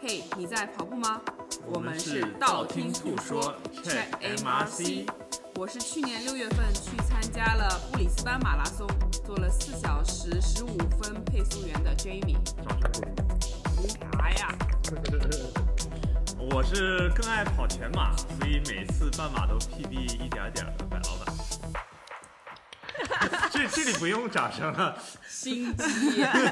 嘿、你在跑步吗？我们是道听途说 Check MRC 我是去年六月份去参加了布里斯班马拉松，做了四小时十五分配速员的 Jamie。掌声鼓励。啥哎呀？我是更爱跑全马，所以每次半马都 PB 一点儿点儿的白老板。 这这里不用掌声了，心机，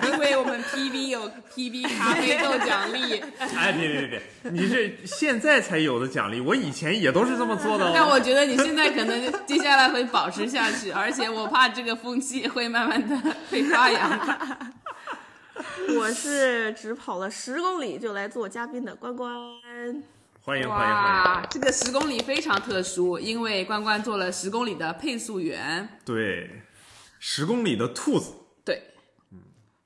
因为我们 PB 有 PB 咖啡豆奖 励，哎，别别别别，你是现在才有的奖励，我以前也都是这么做的哦。但我觉得你现在可能接下来会保持下去，而且我怕这个风气会慢慢的被发扬。 我是只跑了十公里就来做嘉宾的关关，欢迎欢迎欢哇迎，，这个十公里非常特殊，因为关关做了十公里的配速员。对，十公里的兔子，对，嗯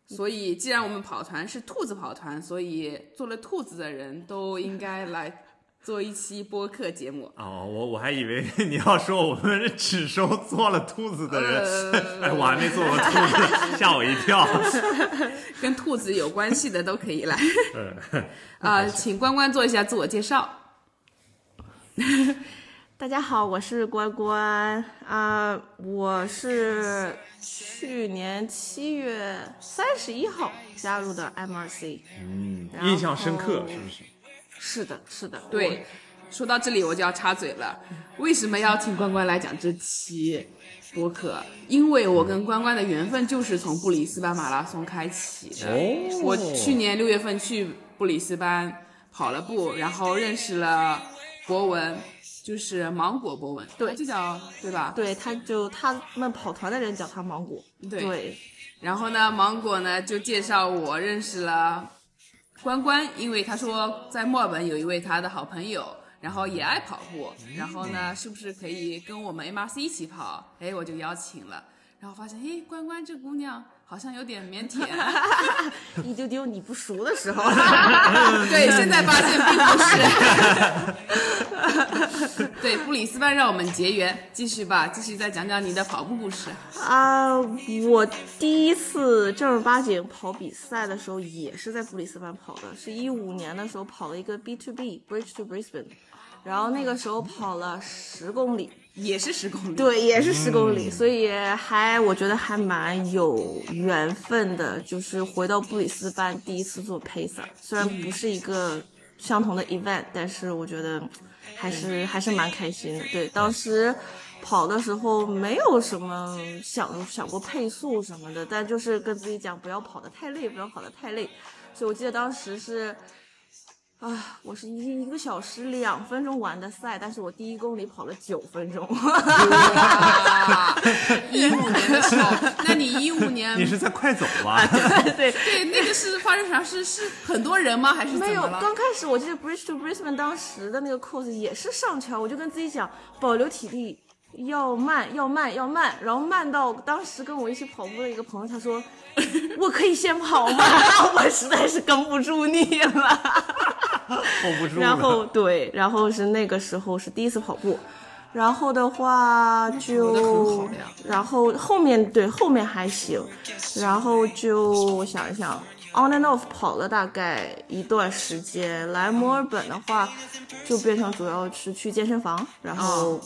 所以既然我们跑团是兔子跑团，所以做了兔子的人都应该来做一期播客节目。哦，我我还以为你要说我们是只收做了兔子的人，呃 哎，我还没做过兔子，吓我一跳。跟兔子有关系的都可以来。 嗯，呃，请关关做一下自我介绍。大家好，我是关关啊、我是去年七月三十一号加入的 MRC，然后印象深刻是不是？是的，是的，对，说到这里我就要插嘴了。为什么要请关关来讲这期播客？因为我跟关关的缘分就是从布里斯班马拉松开启的。哦我去年六月份去布里斯班跑了步，然后认识了博文，就是芒果博文，对就叫对吧？我对，他就他们跑团的人叫他芒果，对对然后呢，芒果呢就介绍我认识了关关，因为他说在墨尔本有一位他的好朋友，然后也爱跑步，然后呢，是不是可以跟我们 MRC 一起跑？哎，我就邀请了，然后发现，哎，关关这姑娘好像有点腼腆，你就只有你不熟的时候，对，现在发现并不是。 对，布里斯班让我们结缘，继续吧，继续再讲讲你的跑步故事。啊、我第一次正儿八经跑比赛的时候，也是在布里斯班跑的，是一五年的时候跑了一个 B to B Bridge to Brisbane，然后那个时候跑了十公里，也是十公里，对，也是十公里，所以还我觉得还蛮有缘分的，就是回到布里斯班第一次做 pacer，虽然不是一个相同的 event，但是我觉得还是还是蛮开心的。对，当时跑的时候没有什么想想过配速什么的，但就是跟自己讲不要跑得太累，不要跑得太累。所以我记得当时是。啊，我是一一个小时两分钟完的赛，但是我第一公里跑了九分钟。 哇，一五年的时候，那你一五年你是在快走吧？ 对，对那个 是发生啥事？是很多人吗？还是怎没有么。了？刚开始我记得 Bridge to Brisbane 当时的那个 course 也是上圈，我就跟自己讲保留体力，要慢，要慢，要慢，然后慢到当时跟我一起跑步的一个朋友，他 说我可以先跑吗？ 我实在是跟不住你 了。 hold 不住了然后对，然后是那个时候是第一次跑步，然后的跑得话很好就了呀，然后后面对后面还行，然后就我想一想，on and off 跑了大概一段时间，来墨尔本的话就变成主要是去健身房，然哦后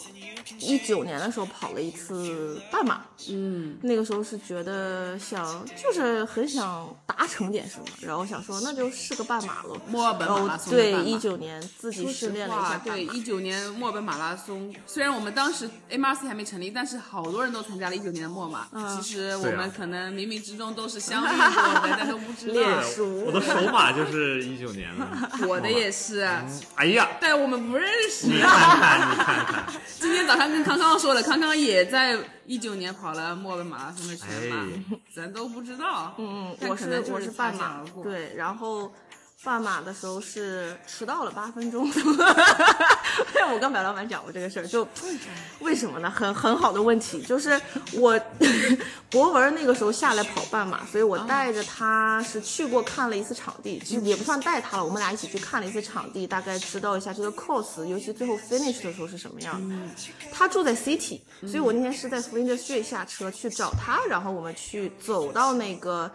一九年的时候跑了一次半马，嗯，那个时候是觉得想就是很想达成点什么，然后想说那就是个半马了。墨尔本马拉哦，松的对半，马一九年自己说失实恋了一话下，，对，，一九年墨尔本马拉松，虽然我们当时 MRC 还没成立，但是好多人都参加了一九年的墨马。其实我对们啊可能冥冥之中都是相遇过的，但都不知练道。熟我的首马就是一九年的， 我的也是，哎呀，但我们不认 识。你看看，你看看，今天早上跟康康说了，康康也在一九年跑了墨尔本马拉松的全马哎，咱都不知道。嗯，但我可能是就我是是半擦肩马而过，对，然后半马的时候是迟到了八分钟。 哎我跟白老板讲过这个事儿，就为什么呢？很很好的问题，就是我 博文那个时候下来跑半马，所以哦我带着他是去过看了一次场地，其实也不算带他了，我们俩一起去看了一次场地，大概知道一下这个 course，尤其最后 finish 的时候是什么样。他住在 City，所以我那天是在 Flinders Street 下车去找他，然后我们去走到那个，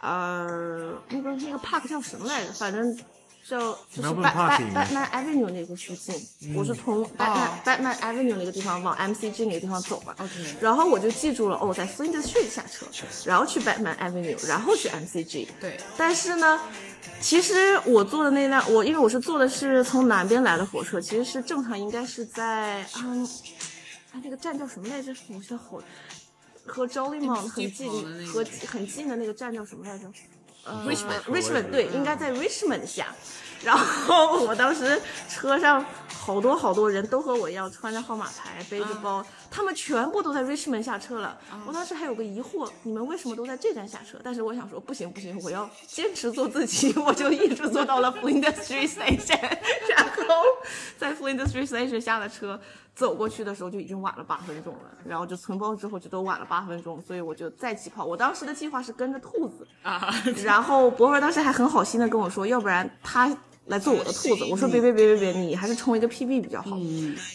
呃，那个那个 park 叫什么来着？反正就就是 Melbourne Bat Park 嗯里 Bat 面 Batman Avenue 那个附近，我是从哦 Batman、Batman Avenue 那个地方往 MCG 那个地方走嘛。 OK 然后我就记住了，哦，我在 Flinders Street 下车，然后去 Batman Avenue，然后去 MCG。对，但是呢，其实我坐的那辆，我因为我是坐的是从南边来的火车，其实是正常应该是在嗯，啊那个站叫什么来着？我现在好和 Jollymont 很近跑的那个和很近的那个站叫什么来着？呃 Richmond Richmond 对，应该在 Richmond 下。然后我当时车上好多好多人都和我一样穿着号码牌，背着包，他们全部都在 Richmond 下车了。我当时还有个疑惑，你们为什么都在这站下车？但是我想说，不行不行，我要坚持做自己， 我就一直坐到了 Flinders Street Station，然 后在 Flinders Street Station 下了车。走过去的时候就已经晚了八分钟了，然后就存包之后就都晚了八分钟，所以我就再起跑。我当时的计划是跟着兔子，啊， 然后博文当时还很好心的跟我说，要不然他来做我的兔子。我说别别别别别，你还是冲一个 PB 比较好。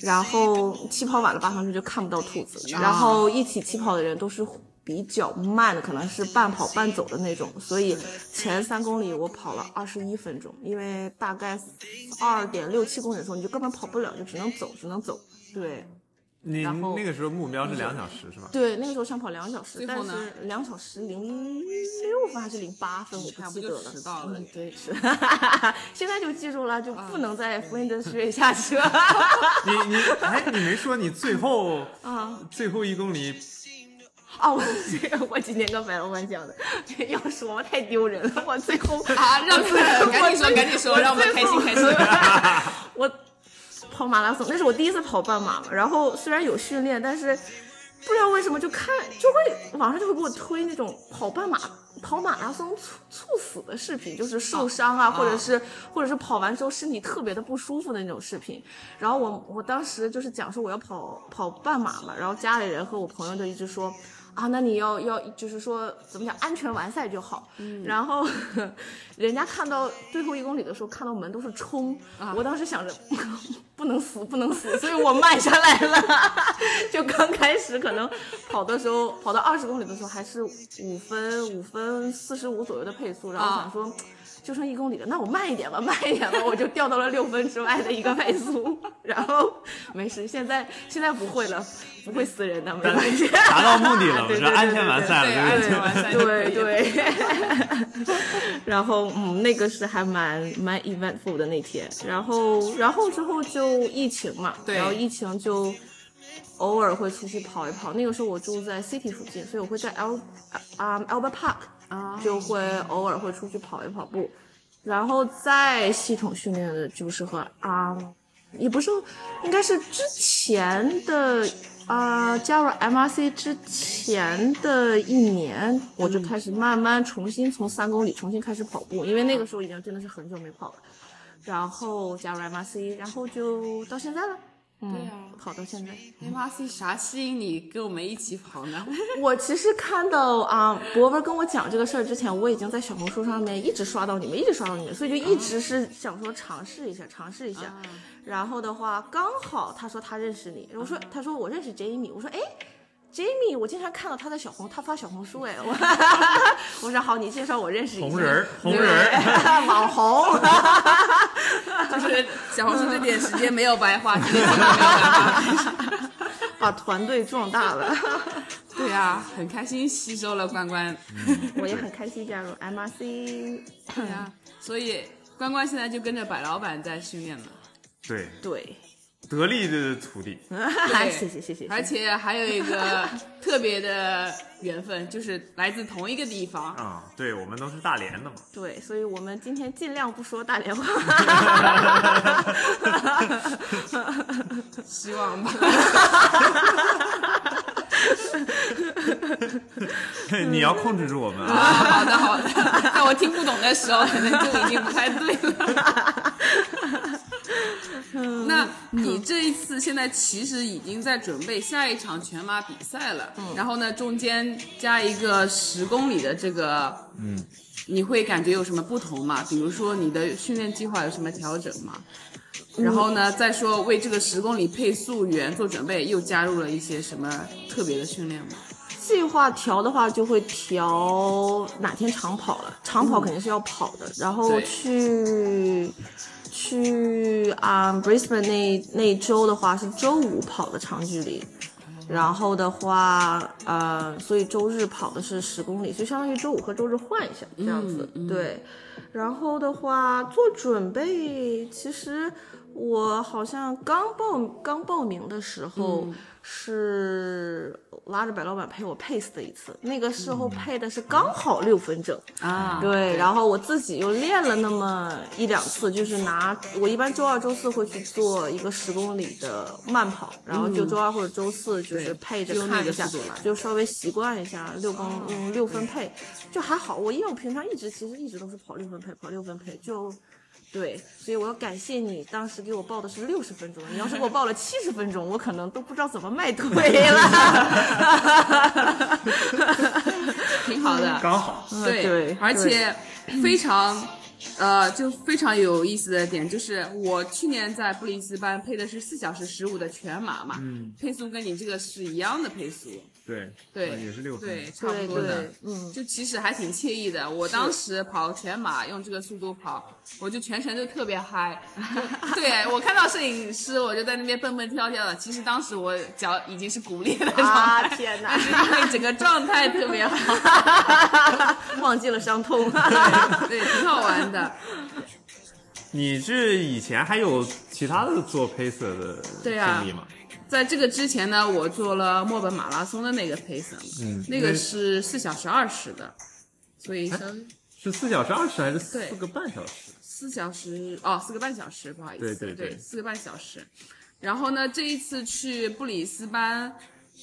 然后起跑晚了八分钟就看不到兔子，然后一起起跑的人都是。比较慢的，可能是半跑半走的那种，所以前三公里我跑了二十一分钟，因为大概二点六七公里的时候你就根本跑不了，就只能走，只能走。对你然后那个时候目标是两小时是吧？对，那个时候想跑两小时，最但后是呢两小时零六分还是零八分，我差不记得多了。就迟到了嗯嗯， 对，是。 现在就记住了，就不能在 Flinders Street 下 车。你你哎，你没说你最后啊最后一公里哦，我这个我今天跟白老板讲的， 要说太丢人了，我最后啊，让 自己赶紧说，赶紧说，让我们开心开心。 我跑马拉松，那是我第一次跑半马嘛。然后虽然有训练，但是不知道为什么就看就会网上就会给我推那种跑半马、跑马拉松猝猝死的视频，就是受伤哦啊，或者是或者是跑完之后身体特别的不舒服的那种视频。然后我我当时就是讲说我要跑跑半马嘛，然后家里人和我朋友就一直说。啊，那你要要就是说怎么讲，安全完赛就好。然后 人家看到最后一公里的时候，看到门都是冲，我当时想着不能死，不能死，所以我慢下来了。 就刚开始可能跑的时候，跑到二十公里的时候还是五分五分四十五左右的配速，然后啊想说。就剩一公里了，那我慢一点吧，慢一点吧，我就掉到了六分之外的一个配速，然后没事，现在现在不会了，不会死人的，没关系。达到目的 了，我对是对对安全完赛对了，安对全完赛对对， 然后嗯，那个是还蛮蛮 eventful 的那天，然后然后之后就疫情嘛，对然后疫情就偶尔会出去跑一跑。那个时候我住在 city 附近，所以我会在 L 啊、Albert Park 啊就会偶尔会出去跑一跑步，然后再系统训练的就是和啊、也不是，应该是之前的啊、加入 MRC 之前的一年，我就开始慢慢重新从三公里重新开始跑步，因为那个时候已经真的是很久没跑了，然后加入 MRC，然后就到现在了。嗯，对啊跑到现在。 MRC 啥吸引你跟我们一起跑呢？我其实看到啊，博文跟我讲这个事儿之前，我已经在小红书上面一直刷到你们，一直刷到你们，所以就一直是想说尝试一下，尝试一下。然后的话，刚好他说他认识你，我说他说我认识 Jamie，我说哎。Jamie，我经常看到他在小红，他发小红书哎， 我我说好，你介绍我认识一下红人儿红人儿，对 网红， 就是小红书这点时间没有白 花，把团队壮大了， 对啊，很开心吸收了关关， 我也很开心加入 MRC，对啊，所以关关现在就跟着百老板在训 练了，对对，得力的徒弟，对 谢谢谢谢，而且还有一个特别的缘分，就是来自同一个地方，啊，对我们都是大连的嘛，对，所以我们今天尽量不说大连话。希望 吧。你要控制住我们啊！好的好的，在我听不懂的时候，可能就已经不太对了。那你这一次现在其实已经在准备下一场全马比赛了，嗯然后呢，中间加一个十公里的这个，嗯，你会感觉有什么不同吗？比如说你的训练计划有什么调整吗？然后呢，再说为这个十公里配速员做准备，又加入了一些什么特别的训练吗？ 计划调的话，就会调哪天长跑了。长跑肯定是要跑的，然后对去去啊、Brisbane 那那一周的话是周五跑的长距离，然后的话呃，所以周日跑的是十公里，所以相当于周五和周日换一下这样子。对，然后的话做准备，其实我好像刚报刚报名的时候。是拉着白老板陪我 pace 的一次，那个时候配的是刚好六分整，啊，对，然后我自己又练了那么一两次，就是拿我一般周二、周四会去做一个十公里的慢跑，然后就周二或者周四就是配着对就那看个一下速度来，嗯就稍微习惯一下六公用六分配，就还好。我因为我平常一直其实一直都是跑六分配，跑六分配就。对，所以我要感谢你当时给我报的是六十 分钟，你要是给我报了七十分钟，我可能都不知道怎么迈腿了。 挺好的。刚好，对，嗯对而且 非常，呃，就非常有意思的点就是，我去年在布里斯班配的是四小时十五的全马嘛，嗯配速跟你这个是一样的配速，对对，呃也是六分，对，差 对不多的对，，嗯，就其实还挺惬意的。我当时跑全马，用这个速度跑，我就全程就特别 嗨。就对我看到摄影师，我就在那边蹦蹦跳跳的。其实当时我脚已经是骨裂的状态，啊天 哪但是因为整个状态特别好， 忘记了伤痛。 对，挺好玩的。你是以前还有其他的做 pacer 的对啊经历吗？在这个之前呢，我做了墨本马拉松的那个 pace，嗯那个是四小时二十的，所以哎稍微是四小时二十还是四对个半小时？四小时哦，四个半小时，不好意思，对对对四个半小时。然后呢，这一次去布里斯班，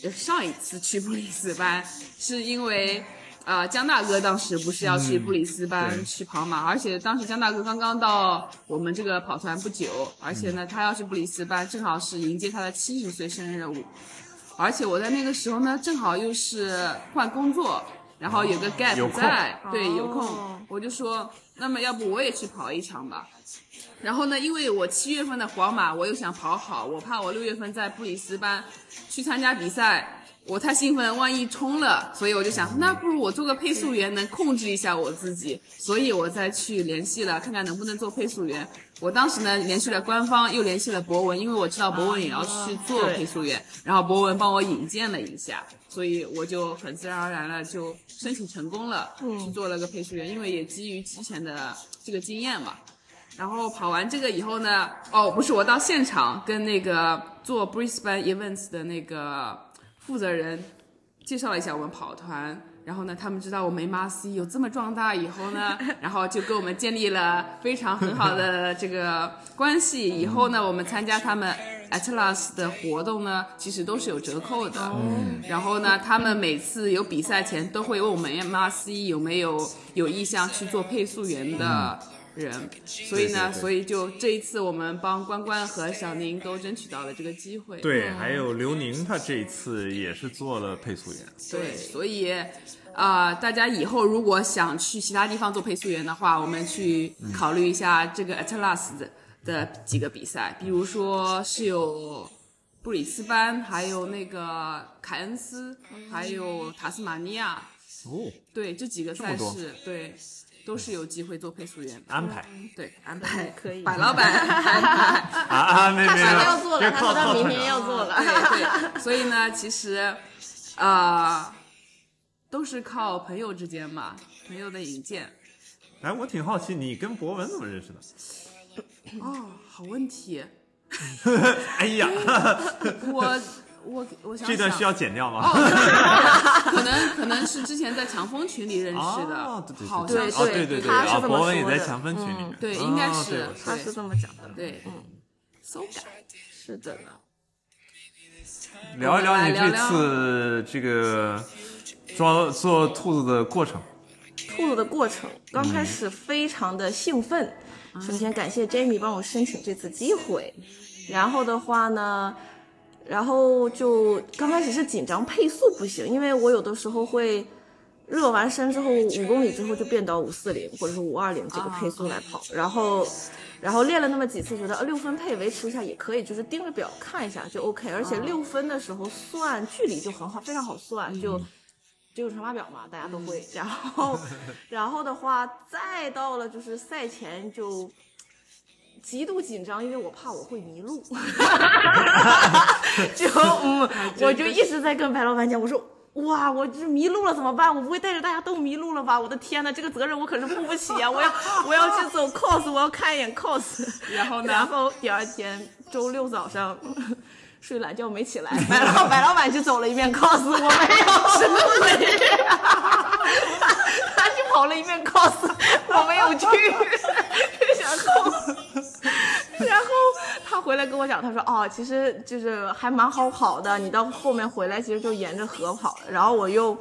呃上一次去布里斯班是因为。呃，江大哥当时不是要去布里斯班嗯对去跑马，而且当时江大哥刚刚到我们这个跑团不久，而且嗯呢，他要去布里斯班，正好是迎接他的七十岁生日任务，而且我在那个时候呢，正好又是换工作，然后有个 gap 有空在，对，哦有空，我就说，那么要不我也去跑一场吧。然后呢，因为我七月份的皇马我又想跑好，我怕我六月份在布里斯班去参加比赛，我太兴奋，万一冲了，所以我就想，那不如我做个配速员，能控制一下我自己。所以我再去联系了，看看能不能做配速员。我当时呢联系了官方，又联系了博文，因为我知道博文也要去做对配速员，然后博文帮我引荐了一下，所以我就很自然而然了就申请成功了，去做了个配速员，因为也基于之前的这个经验嘛。然后跑完这个以后呢，哦，不是，我到现场跟那个做 Brisbane Events 的那个负责人介绍了一下我们跑团，然后呢，他们知道我没 m 西有这么壮大以后呢，然后就跟我们建立了非常很好的这个关系。以后呢，我们参加他们 Atlas 的活动呢，其实都是有折扣的。嗯然后呢，他们每次有比赛前都会问我们 m 西有没有有意向去做配速员的。人，所以呢，嗯对对对所以就这一次我们帮关关和小宁都争取到了这个机会。对，还有刘宁，他这一次也是做了配速员。对，所以啊、大家以后如果想去其他地方做配速员的话，我们去考虑一下这个 Atlas 的的几个比赛，比如说是有布里斯班，还有那个凯恩斯，还有塔斯马尼亚，哦，对这几个么赛多事，对，都是有机会做配速员的。安排对，安排哎可以百老板安排。啊啊，没没他没，说他要做了，别他靠说他靠明团天长。要做 了。对对，所以呢，其实，呃，都是靠朋友之间嘛，朋友的引荐。哎，我挺好奇你跟博文怎么认识的？哦，好问题，哎呀，我我我想想， 这段需要剪掉哦吗？ 可能可能是之前在强风群里认识的，哦，对对对，好对像是哦对对对，他是啊，这么博文也说在的强分群里面，嗯对应该哦是对我他是这么讲的，对，嗯，搜感是的呢。聊一聊你我们来这聊次这个抓做兔子的过程。兔子的过程刚开始非常的兴奋，首先感谢 Jamie 帮我申请这次机会，然后的话呢。然后就刚开始是紧张配速不行，因为我有的时候会热完身之后五公里之后就变到五四零或者是五二零这个配速来跑，然后然后练了那么几次，觉得呃六分配维持一下也可以，就是盯着表看一下就 OK，而且六分的时候算距离就很好，非常好算，就这个乘法表嘛，大家都会。 然后，然后的话，再到了就是赛前就极度紧张，因为我怕我会迷路， 就嗯，我就一直在跟白老板讲，我说。哇！我这迷路了怎么办？我不会带着大家都迷路了吧？我的天呐，这个责任我可是负不起啊！我要我要去走 cos，我要看一眼 cos。然后呢然后第二天周六早上睡懒觉没起来，白老白老板去走了一遍 cos，我没有， 什么鬼？ 他去跑了一遍 cos，我没有去， 然后。 然后他回来跟我讲，他说哦，其实就是还蛮好跑的，你到后面回来其实就沿着河跑了。然后我又，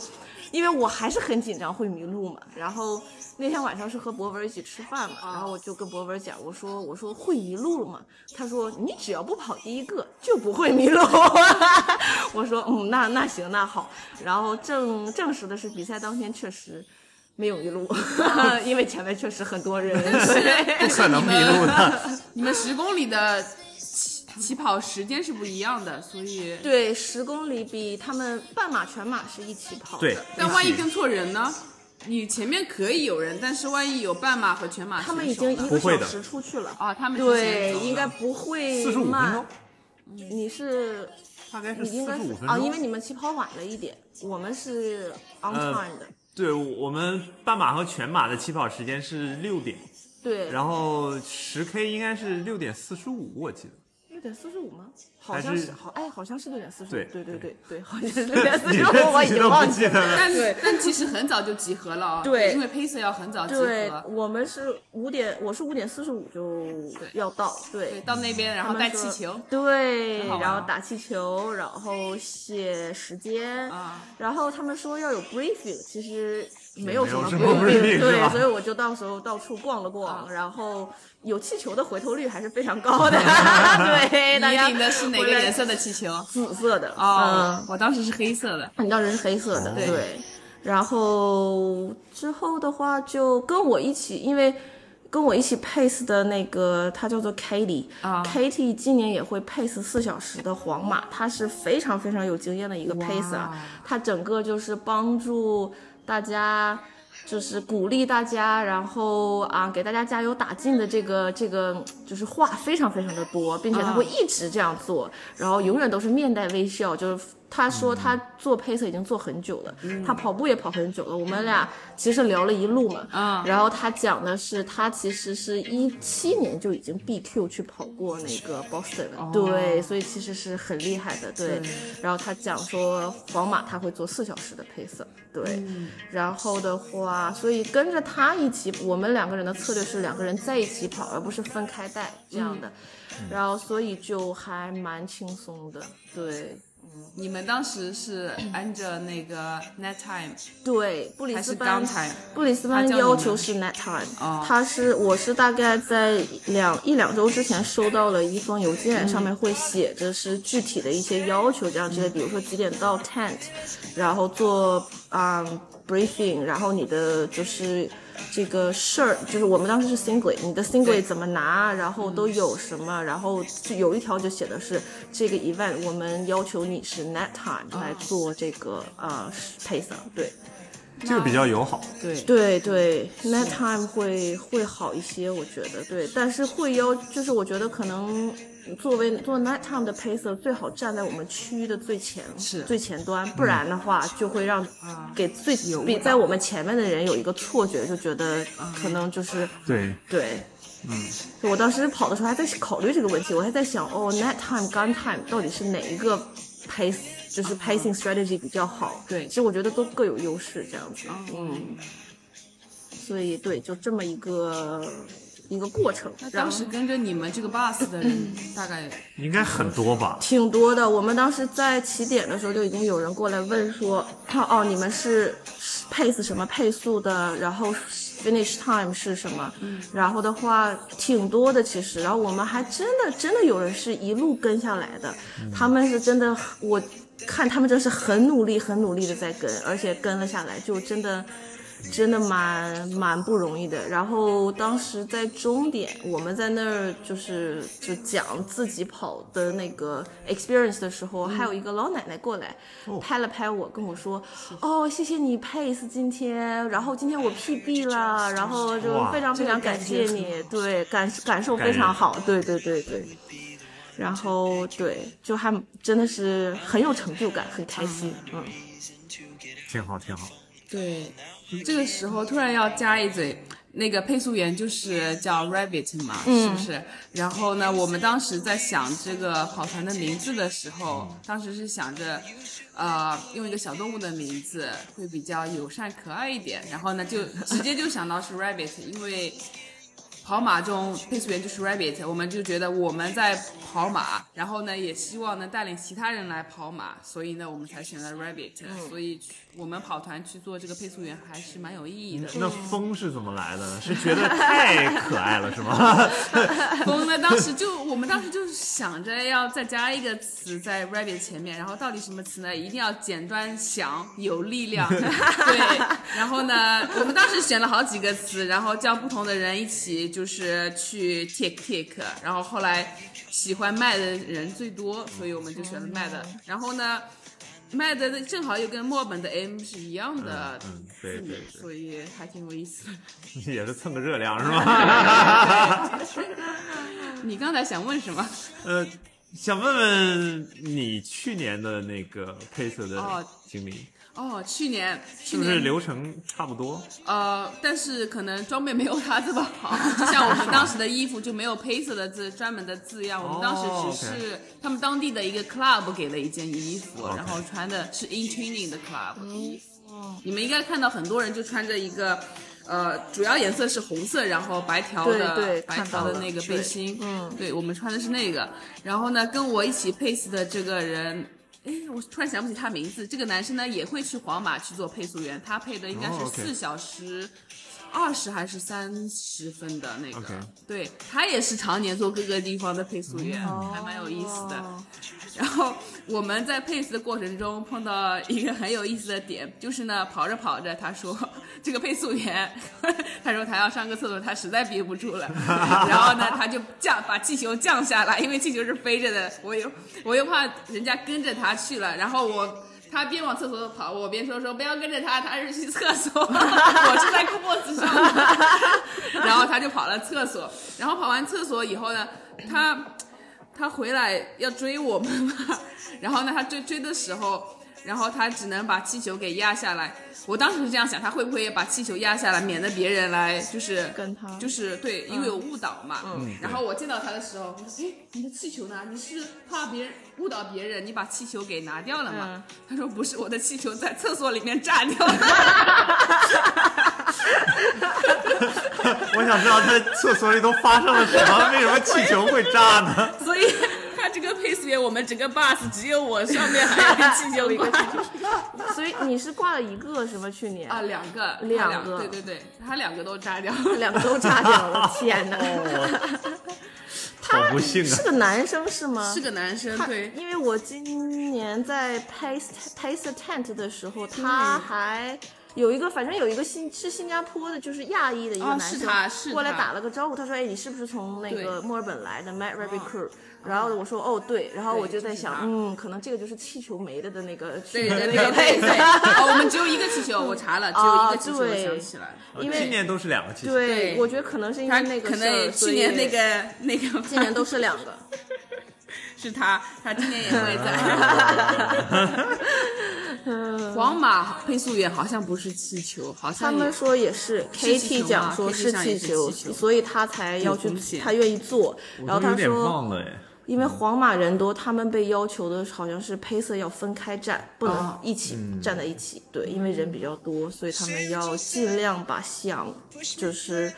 因为我还是很紧张，会迷路嘛。然后那天晚上是和博文一起吃饭嘛，然后我就跟博文讲，我说我说会迷路了吗？他说你只要不跑第一个就不会迷路。 我说嗯，那那行那好。然后证证实的是，比赛当天确实。没有迷路， 因为前面确实很多人，对，可能迷路的。你们十公里的起起跑时间是不一样的，所以对，十公里比他们半马、全马是一起跑的。对，，但万一一起跟错人呢？你前面可以有人，但是万一有半马和全马选手呢，他们已经一不个会小的时出去了。啊，他们对，应该不会45分慢钟。你是大概是你应四该十是五分啊，钟因为。你们起跑晚了一点，我们是 on 呃 time 的。对我们半马和全马的起跑时间是六点，对，然后十 K 应该是六点四十五，我记得。六点四十五吗？好还像是是好，哎，好像是六点四十五。对对对对对对，好像是六 点四十你五，我已自己经都不忘记记得了。了。但对但其实很早就集合了啊，对因为 pacer 要很早集对 合，，我们是五点，我是五点四十五就要到。对，到那边然后他们带说气球，对很好，玩然啊后打气球，然后写时间啊，然后他们说要有 briefing，其实没有什么没有什么 briefing，是 吧对，所以我就到时候到处逛了啊逛，然后有气球的回头率还是非常 高的，对，大你家嗯领的是哪个回来颜？色的气球？紫色的，哦，我当时是黑色的，嗯，你当时是黑色的，哦对。然后之后的话，就跟我一起，因为跟我一起 pace 的那个，她叫做 Katie，Katie、啊 Katie 今年也会 pace 四小时的皇马，她是非常非常有经验的一个哇 pacer，她整个就是帮助大家。就是鼓励大家，然后啊，给大家加油打劲的这个这个就是话非常非常的多，并且他啊会一直这样做，然后永远都是面带微笑。就是他说他做 pace 已经做很久了，嗯他跑步也跑很久了。我们俩其实聊了一路嘛，啊然后他讲的是他其实是一七年就已经 BQ 去跑过那个 Boston 了，哦对，所以其实是很厉害的，对。然后他讲说皇马他会做四小时的 pace，对。然后的话，所以跟着他一起，我们两个人的策略是两个人在一起跑，而不是分开带这样的。嗯然后，所以就还蛮轻松的，对你们当时是按照那个 net time 对。布里还斯是班 down time？布里斯班他叫你要们求是 night time，、哦他是我是大概在两一两周之前收到了一封邮件，上面会写着是具体的一些要求，这样之类，比如说几点到 tent，然后做啊、嗯 briefing，然后你的就是这个事儿，就是我们当时是 singlet，你的 singlet 怎么拿，然后都有什么，然后就有一条就写的是这个 event 我们要求你是 night time 来做这个呃 pace，对。这个比较友嗯好。对，对对，night time 会会好一些，我觉得对，但是会要就是我觉得可能作为做 night time 的 pacer 最好站在我们区的最前是嗯啊最前端，不然的话就会让、给最有误比导啊在我们前面的人有一个错觉，就觉得可能就是、对，对。嗯，我当时跑的时候还在考虑这个问题，我还在想，哦，night time、gun time 到底是哪一个 pace，就是 pacing strategy 比较好？对其实我觉得都各有优势，这样子。嗯，所以对，就这么一个一个过程。那然当后时跟着你们这个 bus 的人大概应该很多吧？挺多的，我们当时在起点的时候就已经有人过来问说，哦，你们是 pace 什么配速的，然后 finish time 是什么？嗯然后的话挺多的其实，然后我们还真的真的有人是一路跟下来的，他们是真的我。看他们真是很努力、很努力的在跟，而且跟了下来，就真的真的蛮蛮不容易的。然后当时在终点，我们在那儿就是就讲自己跑的那个 experience 的时候，还有一个老奶奶过来、拍了拍我，跟我说：“哦，谢谢你 pace 今天，然后今天我 PB 了，然后就哇非常非常感谢你，对感感受非常好，对对对对。”然后对，就还真的是很有成就感，很开心，嗯。挺好挺好。对，这个时候突然要加一嘴，那个配速员就是叫 Rabbit 嘛，是不是？然后呢，我们当时在想这个跑团的名字的时候，当时是想着，呃，用一个小动物的名字会比较友善可爱一点。然后呢，就直接就想到是 Rabbit，因为。跑马中配速员就是 Rabbit，我们就觉得我们在跑马，然后呢也希望能带领其他人来跑马，所以呢我们才选了 Rabbit，、所以去我们跑团去做这个配速员还是蛮有意义的。那风是怎么来的呢？是觉得太可爱了是吗？ 风呢，当时就我们当时就是想着要再加一个词在 rabbit 前面，然后到底什么词呢？一定要简单、响、有力量。对，然后呢，我们当时选了好几个词，然后叫不同的人一起就是去 take take，然后后来喜欢麦的人最多，所以我们就选了麦的。然后呢，麦的正好又跟墨本的 M 是一样呃的 嗯嗯对字母对对所以还挺有意思的。也是蹭个热量是吗？ 你刚才想问什么？呃，想问问你去年的那个配色的哦经历，哦，去年是去不年是流程差不多？呃，但是可能装备没有他这么好，就像我们当时的衣服就没有配色的字专门的字样，我们当时只是他们当地的一个 club 给了一件衣服， OK 然后穿的是 in training 的 club 的衣哦服，你们应该看到很多人就穿着一个。呃，主要颜色是红色，然后白条的对对白看条到的了那个背对心，嗯，对我们穿的是那个。然后呢，跟我一起配色的这个人，哎，我突然想不起他名字。这个男生呢也会去皇马去做配速员，他配的应该哦是，OK 四小时二十还是三十分的那个。 OK 对他也是常年做各个地方的配速员，还蛮有意思的。然后我们在配速的过程中碰到一个很有意思的点，就是呢，跑着跑着，他说这个配速员，他说他要上个厕所，他实在憋不住了，然后呢，他就降把气球降下来，因为气球是飞着的，我又我又怕人家跟着他去了，然后我。他边往厕所跑，我边说说不要跟着他，他是去厕所， 我是在 cos 上的。 然后他就跑了厕所，然后跑完厕所以后呢，他他回来要追我们嘛， 然后呢，他追追的时候，然后他只能把气球给压下来。我当时是这样想，他会不会也把气球压下来，免得别人来就是跟他嗯就是对，因为有误导嘛。然后我见到他的时候，我说：“哎，你的气球呢？你是怕别人误导别人，你把气球给拿掉了嗯吗？”他说：“不是，我的气球在厕所里面炸掉了。我想知道他厕所里都发生了什么，为什么气球会炸呢？”所以他这个配速员，我们整个 bus 只有我上面还有一个气球有一个挂 气嗯所以你是挂了一个什么？去年啊，两个，他两两个对对对，他两个都炸掉了。两个 都炸掉了，天哪！哦 好不幸是啊！个男生是吗？是个男生，他对，因为我今年在 Pace Pace Tent 的时候，他还有一个，反正有一个新是新加坡的，就是亚裔的一个哦男是生，他是他过来打了个招呼，他说：“哎，你是不是从那对嗯个墨尔本来的 Mad Rabbit Crew？”、然后我说：“哦，对。”然后对我就在就想，是他嗯，可能这个就是气球没了的那个对去年对对的 那个对 Pace。对，哦，我们只有一个气球，我查了，只有一个气球，啊我对想起来了。因为今年都是两个气球， 对，对我觉得可能是因他为那个可事儿能所去以年那个那个， 今年都是两个。 是他，他今年也会 在。皇马配速员好像不是气球，好他像们也说也是是气球，KT 吗讲说 KT 是上气也是球，气球所以他才要有风去，险他愿意做。然后我他有点说，忘了哎。嗯因为皇马人多，他们被要求的好像是配色要分开站，不能哦一起站在一起。对，因为人比较多，所以他们要尽量把想就是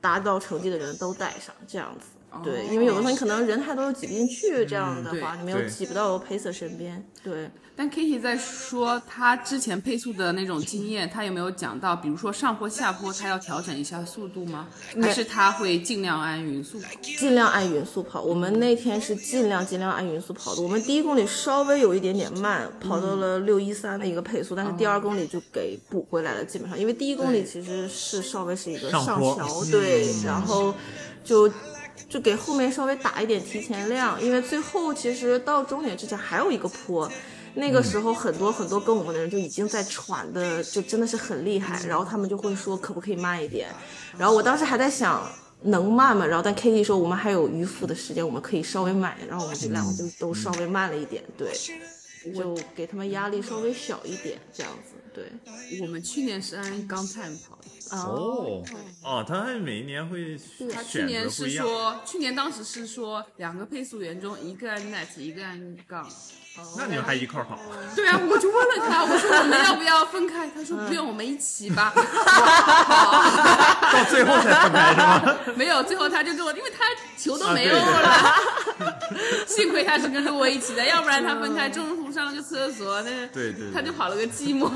达到成绩的人都带上，这样子。对，因为有的时候你可能人太多又挤不进去，这样的话哦嗯对你们又对挤不到 Pacer 身边。对，但 Kitty 在说她之前配速的那种经验，她有没有讲到，比如说上坡下坡，她要调整一下速度吗？还是她会尽量按匀速跑？尽量按匀速跑。我们那天是尽量尽量按匀速跑的。我们第一公里稍微有一点点慢，跑到了六一三的一个配速，但是第二公里就给补回来了，基本上。因为第一公里其实是稍微是一个上上坡嗯桥，对，然后就就给后面稍微打一点提前量，因为最后其实到终点之前还有一个坡。那个嗯时候，很多很多跟我们的人就已经在喘的，就真的是很厉害。嗯然后他们就会说，可不可以慢一点？然后我当时还在想，能慢吗？然后但 k t 说，我们还有余腹的时间，我们可以稍微慢。然后我们就两个嗯就都稍微慢了一点，对，就给他们压力稍微小一点，这样子，对。我们去年是按钢 time 跑的，哦哦，他们每一年会他去选年择不是一样。说，去年当时是说两个配速员中，一个按 net，一个按杠。那你们还一块儿跑？对啊，我就问了他，我说我们要不要分开？他说不用，我们一起 吧。我说到最后才分开是吗？ 好没有，最后他就跟我，因为他球都啊没有对对了， 幸亏他是跟着我一起的，要不然他分开中途上了个厕所，那对对对他就跑了个寂 寞。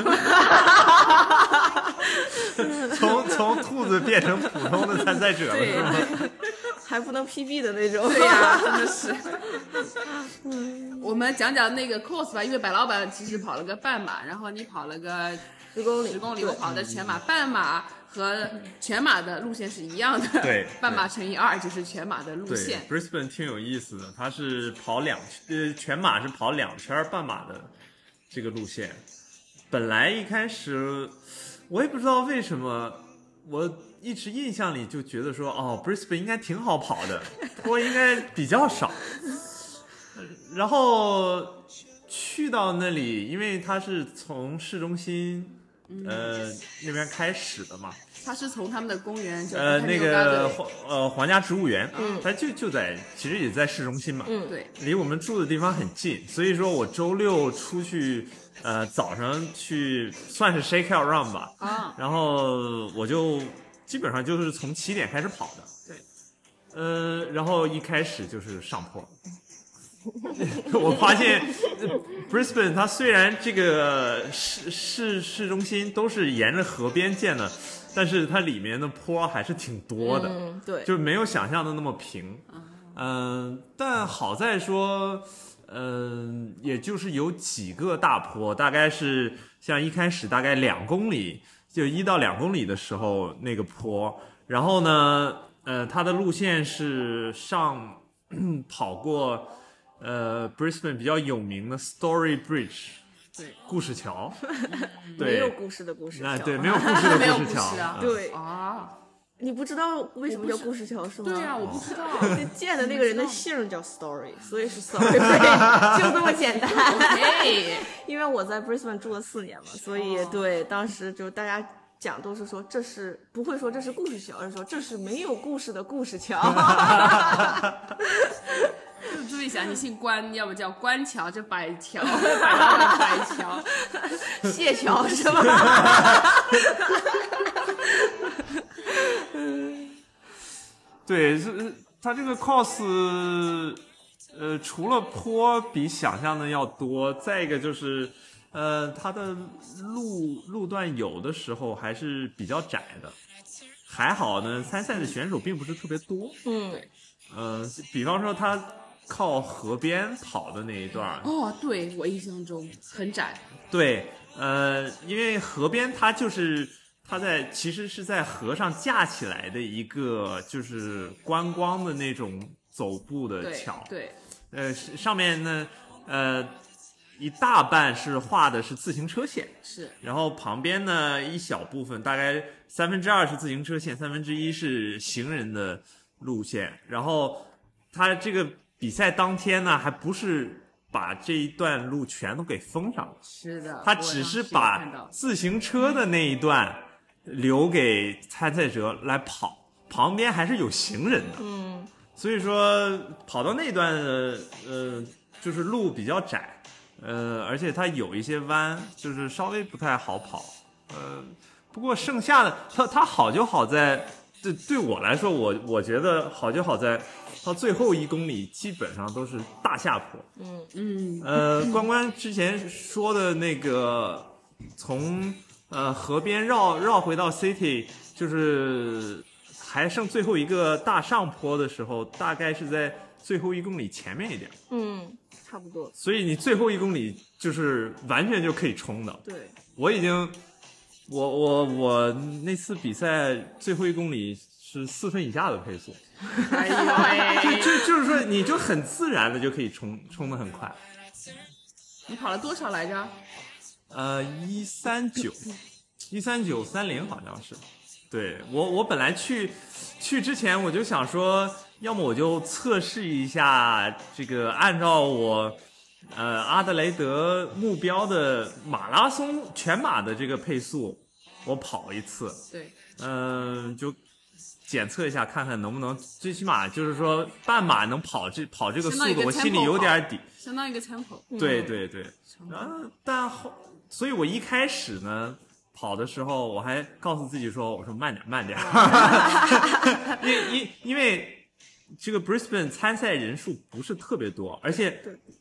从从兔子变成普通的参赛者了对是吗？啊还不能 PB 的那种。对呀、真的是。我们讲讲那个 course 吧，因为白老板其实跑了个半马，然后你跑了个十公里，十公里，对我跑的全马，半马和全马的路线是一样的，对半马乘以二就是全马的路对线。 ，Brisbane 挺有意思的，他是跑两呃全马是跑两圈儿半马的这个路线。本来一开始我也不知道为什么，我一直印象里就觉得说哦，Brisbane 应该挺好跑的，坡应该比较少。然后去到那里，因为他是从市中心呃嗯那边开始的嘛，他是从他们的公园就呃，是那 Tango Garden 个皇呃皇家植物园，嗯它就就在，其实也在市中心嘛，嗯对，离我们住的地方很近，所以说我周六出去，呃，早上去算是 shake out run 吧，啊，然后我就基本上就是从起点开始跑的，对，呃，然后一开始就是上坡。 我发现呃 Brisbane 它虽然这个市市市中心都是沿着河边建的，但是它里面的坡还是挺多的，嗯，对，就没有想象的那么平。嗯、但好在说，嗯、也就是有几个大坡，大概是像一开始大概两公里，就一到两公里的时候那个坡，然后呢，呃，它的路线是上 跑过，呃，Brisbane 比较有名的 Story Bridge，对，故事桥，没有对，故事的故事那桥对没有故事的没有故故事事桥，啊嗯对，啊，你不知道为什么叫故事桥是吗？对 啊，我不知道，那建的那个人的姓儿叫 Story，所以是 Story，就这么简单。 哎，因为我在 Brisbane 住了四年嘛，所以对当时就大家讲都是说这是不会说这是故事桥，而是说这是没有故事的故事桥。就注意一下，你姓关，要不叫关桥，这百桥，百老板百桥，谢桥是吧？对，是它这个 cos，呃，除了坡比想象的要多，再一个就是，呃，它的路路段有的时候还是比较窄的。还好呢，参赛的选手并不是特别多。嗯，嗯、比方说他靠河边跑的那一段儿，哦，对我印象中很窄，对，呃，因为河边它就是它在其实是在河上架起来的一个就是观光的那种走步的对桥，对，呃，是上面呢，呃，一大半是画的是自行车线，是然后旁边呢一小部分，大概三分之二是自行车线，三分之一是行人的路线。然后他这个比赛当天呢，还不是把这一段路全都给封上了，是的，他我只当时是也看把到自行车的那一段留给参赛者来跑，旁边还是有行人的。嗯，所以说跑到那段呃呃，就是路比较窄，呃，而且它有一些弯，就是稍微不太好跑。呃，不过剩下的它它好就好在对对我来说，我我觉得好就好在到最后一公里基本上都是大下坡。嗯，呃，关关之前说的那个从呃河边绕绕回到 city，就是还剩最后一个大上坡的时候，大概是在最后一公里前面一点儿，嗯，差不多。所以你最后一公里就是完全就可以冲的。对，我已经，我我我那次比赛最后一公里是四分以下的配速，哎呦 就喂，就就是说你就很自然的就可以冲冲的很快，你跑了多少来着？呃，一三九，一三九三零好像是，对我我本来去去之前我就想说，要么我就测试一下这个按照我。呃，阿德雷德目标的马拉松全马的这个配速，我跑一次，对，嗯，就检测一下，看看能不能，最起码就是说半马能跑这跑这个相速当于一度，个我心里 tempo 有点底。相当于一个 tempo。嗯对对对，然后但后，所以我一开始呢跑的时候，我还告诉自己说，我说慢点慢点，因因因为。这个 Brisbane 参赛人数不是特别多，而且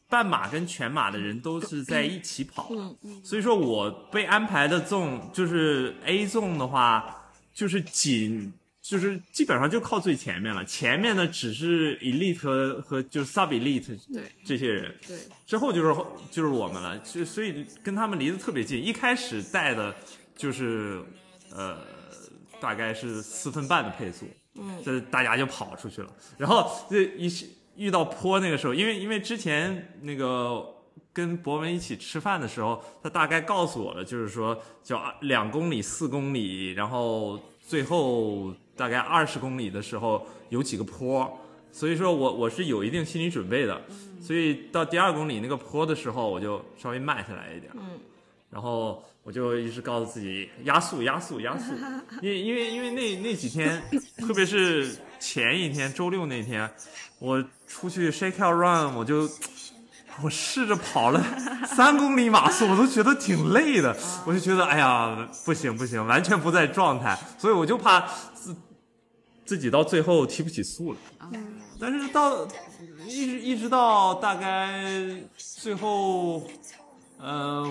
半马跟全马的人都是在一起跑的，所以说我被安排的 zone 就是 A zone 的话，就是仅就是基本上就靠最前面了，前面呢只是 elite 和和就是 sub elite 对这些人，对，之后就是就是我们了，就所以跟他们离得特别近。一开始带的就是呃，大概是四分半的配速，嗯，这大家就跑出去了。然后这一遇到坡那个时候，因为因为之前那个跟博文一起吃饭的时候，他大概告诉我了，就是说就二两公里、四公里，然后最后大概二十公里的时候有几个坡，所以说我我是有一定心理准备的，所以到第二公里那个坡的时候，我就稍微慢下来一点，嗯，然后我就一直告诉自己压速、压速、压速，因为因为因为那那几天，特别是前一天周六那天，我出去 shake out run，我就我试着跑了三公里马速，我都觉得挺累的，我就觉得哎呀不行不行，完全不在状态，所以我就怕自自己到最后提不起速了。但是到一直一直到大概最后，呃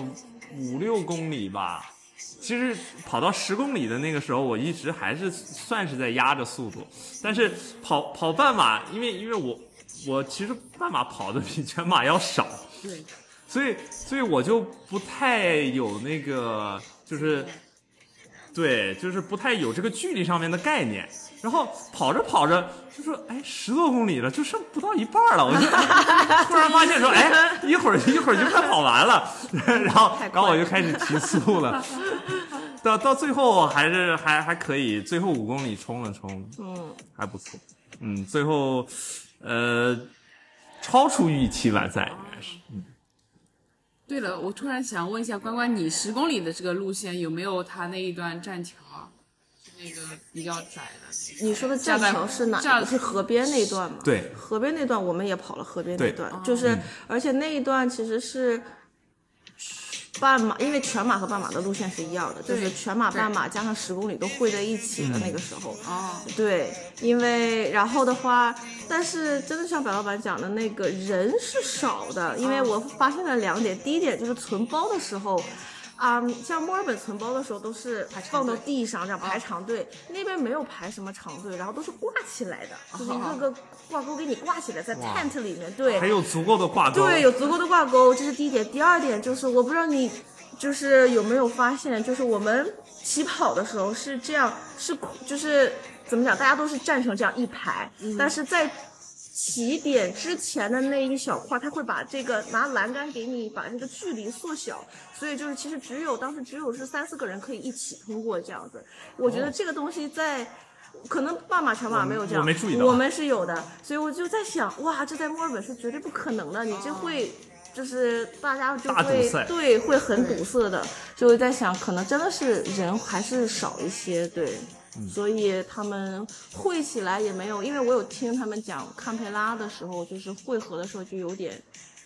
五六公里吧，其实跑到十公里的那个时候，我一直还是算是在压着速度，但是跑跑半马，因为因为我我其实半马跑的比全马要少，对，所以所以我就不太有那个就是，对，就是不太有这个距离上面的概念。然后跑着跑着就说，哎，十多公里了，就剩不到一半了，我就突然发现说，哎，一会儿一会儿就快跑完了， 然后太快了然后我就开始提速 了。到到最后还是还还可以，最后五公里冲了冲，嗯，还不错。嗯，最后，呃，超出预期完赛应该是。对了，我突然想问一下关关，你十公里的这个路线有没有他那一段栈桥啊？是那个比较窄的，你说的栈桥是哪站个？是河边那段吗？对河边那段我们也跑了河边那对段，就是、而且那一段其实是。半马，因为全马和半马的路线是一样的，就是全马、对半马加上十公里都汇在一起的那个时候，哦，对，因为然后的话，但是真的像白老板讲的那个人是少的，因为嗯我发现了两点，第一点就是存包的时候。啊、像墨尔本存包的时候都是放到地上这样嗯排长队，那边没有排什么长队，然后都是挂起来的，啊就是一个个挂钩给你挂起来，在 tent 里面，对，还有足够的挂钩。对，有足够的挂钩，这是第一点。第二点就是，我不知道你就是有没有发现，就是我们起跑的时候是这样，是就是怎么讲，大家都是站成这样一排，嗯但是在。起点之前的那一小块，他会把这个拿栏杆给你把这个距离缩小，所以就是其实只有当时只有是三四个人可以一起通过这样子。我觉得这个东西在可能半马全马没有这样，哦我没注意到我们是有的，所以我就在想，哇，这在墨尔本是绝对不可能的，你这会。就是大家就啊大堵会塞对会很堵塞的，就会在想，可能真的是人还是少一些，对，嗯所以他们会起来也没有，因为我有听他们讲堪培拉的时候，就是汇合的时候就有点，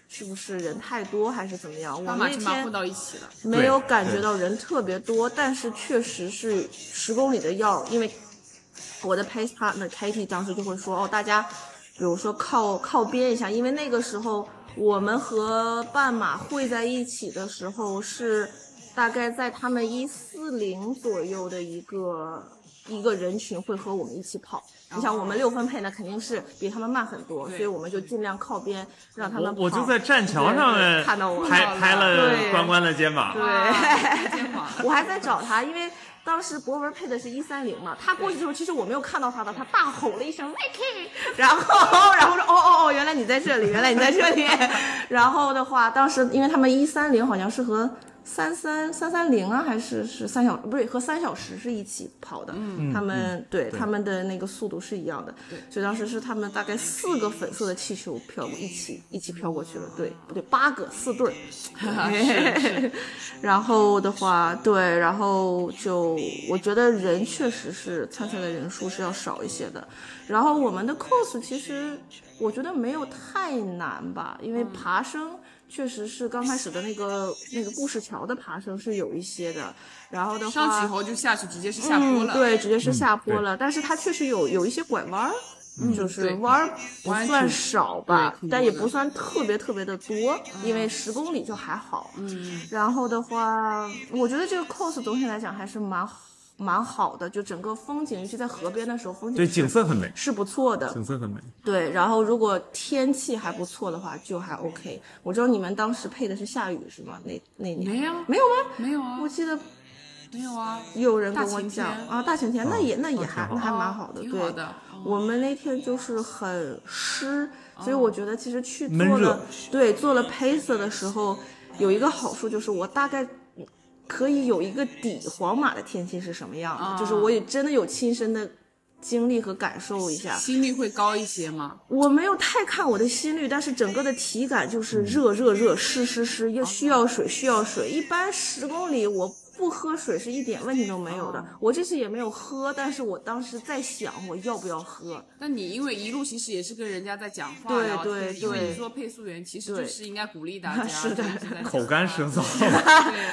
是不是人太多还是怎么样？我把们马那匹马天混到一起了，没有感觉到人特别多，但是确实是十公里的药，因为我的 pace partner Katie 当时就会说，哦，大家比如说靠靠边一下，因为那个时候我们和半马会在一起的时候是大概在他们一四零左右的一个一个人群会和我们一起跑。你想，我们六分配呢，肯定是比他们慢很多，对所以我们就尽量靠边，让他我们我跑就在栈桥上面对看到我拍拍了对关关的肩膀，哇肩膀我还在找他，因为当时博文配的是一三零嘛，他过去之后，其实我没有看到他的，他大吼了一声 Vicky，然后然后说哦哦哦，原来你在这里，原来你在这里。 然后的话，当时因为他们一三零好像是和三三三三零啊，还是是三小不是和三小时是一起跑的，他们、对他们的那个速度是一样的，所以当时是他们大概四个粉色的气球飘过一起一起飘过去了，对不对？八个四对儿。 然后的话，对，然后就我觉得人确实是参赛的人数是要少一些的。然后我们的 course 其实我觉得没有太难吧，因为爬升确实是刚开始的那个那个故事桥的爬升是有一些的。然后的话，啊上起猴就下去，直接是下坡了。嗯，对，嗯直接是下坡对了。但是它确实有有一些拐弯儿，就是对弯儿不弯算曲少吧对挺，但多也的嗯不算特别特别的多，因为十公里就还好。嗯，然后的话，我觉得这个 course 总体来讲还是蛮好蛮好的，就整个风景，尤其在河边的时候，风景对，是景色 很美，是不错的。景色很美。对，然后如果天气还不错的话，就还 OK。我知道你们当时配的是下雨是吗？那那年没有没有吗？没有啊我，记得没有啊，有人跟大我晴讲天哦啊，大晴天那也那也挺还好那还蛮好的，挺对好的。哦我们那天就是很湿，所以我觉得其实去哦闷做了热对做了 pacer 的时候，有一个好处就是我大概。可以有一个底，皇马的天气是什么样的？哦就是我也真的有亲身的经历和感受一下。心率会高一些吗？我没有太看我的心率，但是整个的体感就是热热热、湿湿湿，要需要水需要水。一般十公里我不喝水是一点问题都没哦有的。我这次也没有喝，但是我当时在想我要不要喝。但你因为一路其实也是跟人家在讲话对聊天，对因为对你做配速员，其实就对是应该 鼓励大家，是的就是啊在讲话口干舌燥。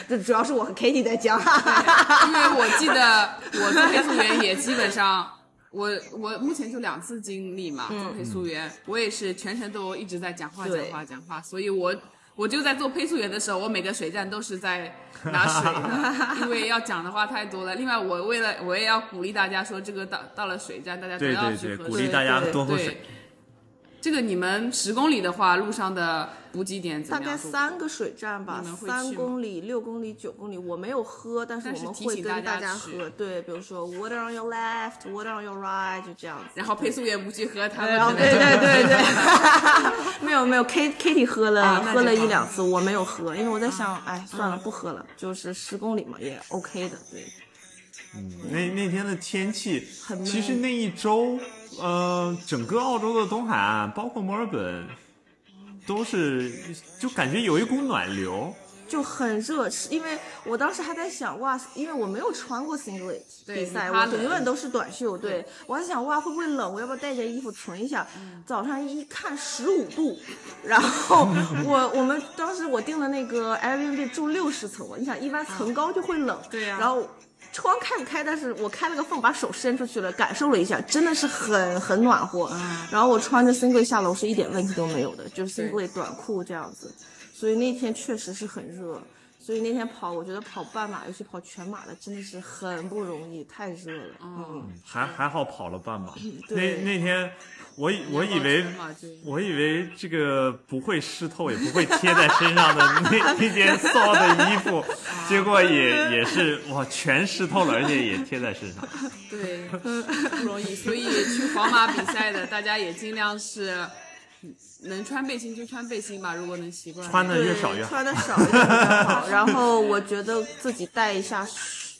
对，这主要是我和 Kitty 在 讲，因为我记得我做配速员也基本上。我我目前就两次经历嘛，做配速员，我也是全程都一直在讲话讲嗯对话讲话，所以我我就在做配速员的时候，我每个水站都是在拿水的， 因为要讲的话太多了。另外，我为了我也要鼓励大家说，这个到到了水站，大家都对要对去对，喝鼓水励大家多喝对水。，这个你们十公里的话，路上的补给点怎大么概样度过？三个水站吧你们，会去吗三公里、六公里、九公里，我没有喝，但是但我是们提会醒跟大大家家去喝。对，比如说 water on your left, water on your right，就这样子。然后配速员不去喝，他们然后可能对就对对 对，没有没有，K Kitty 喝了、啊那就啊喝了好一两次，我没有喝，因为我在想，哎，算了，不喝了，就是十公里嘛，也 OK 的，对，那那天的天气很，闷其实那一周，呃，整个澳洲的东海岸，包括墨尔本，都是就感觉有一股暖流。就很热，是因为我当时还在想，哇，因为我没有穿过 singlet 对比赛，你怕我冷永远都是短袖，对对嗯我还想，哇，会不会冷？我要不要带件衣服存一下？早上一看十五度，然后我我们当时我订的那个 Airbnb 住六十层，你想一般层高就会冷，啊对啊呀然后。窗开不开，但是我开了个缝，把手伸出去了，感受了一下，真的是很很暖和。嗯然后我穿着 singlet 下楼是一点问题都没有的，就是 singlet 短裤这样子。所以那天确实是很热，所以那天跑，我觉得跑半马，尤其跑全马的，真的是很不容易，太热了。嗯，还还好跑了半马。那对那天我以我以为全马哦对我以为这个不会湿透，也不会贴在身上 的那那件骚的衣啊服，结果也也是哇，全湿透了，而且也贴在身 上。对，不容易。所以去皇马比赛的，大家也尽量是能穿背心就穿背心吧，如果能习惯。穿的对，越少越好。穿的少一点比 较好。然后我觉得自己带一下，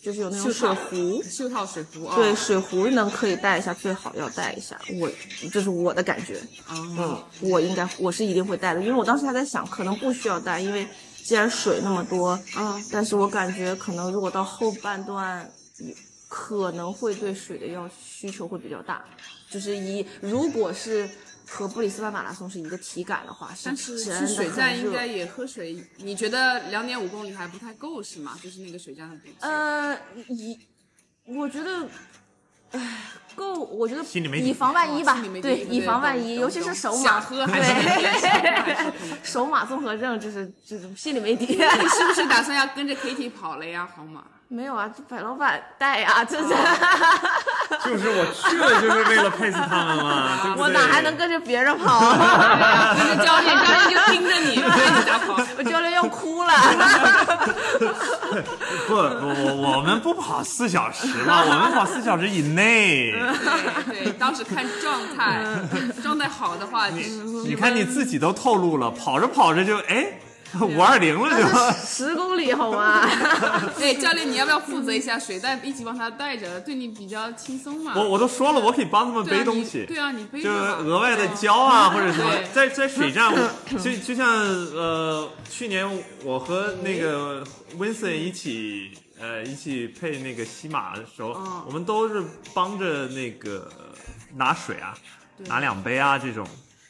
就是有那种水壶。袖套水壶啊、哦，对，水壶能可以带一下，最好要带一下。我这是我的感觉，嗯，嗯，我应该我是一定会带的，因为我当时还在想，可能不需要带，因为既然水那么多，嗯，但是我感觉可能如果到后半段，有可能会对水的要需求会比较大，就是一如果是和布里斯班马拉松是一个体感的话，但是是真的去水很站应热该也喝水，你觉得两点五公里还呃哦不太够是吗？就是那个水站的补给。呃一，我觉得够，我觉得心里没底以防万一吧哦心里，没底对，以防万一，懂尤其是懂首马想，喝还是没 底想喝还是没对底，首马综合症就是就是心里 没底。 你是不是打算要跟着 Kitty 跑了呀，皇马？没有啊，这白老板带呀，哦这是就是我去了就是为了配死他们 嘛，对不对我哪还能跟着别人跑啊？ 对呀跟着教练，教练就盯着你，看你咋跑。我教练要哭了。不，我我我们不跑四小时 嘛，我们跑四小时以内。对对，当时看状态，状态好的话，就是你看你自己都透露了，跑着跑着就哎啊五二零了 就。 十公里好吗？哎，教练，你要不要负责一下水袋，一起帮他带着，对你比较轻松嘛？我我都说了，我可以帮他们对啊背东你西。对啊，你背就着吧额外的胶啊，或者什么对，在在水站，我就就像呃，去年我和那个 Winston 一起呃一起配那个西马的时候，嗯我们都是帮着那个呃拿水啊，拿两杯啊这种，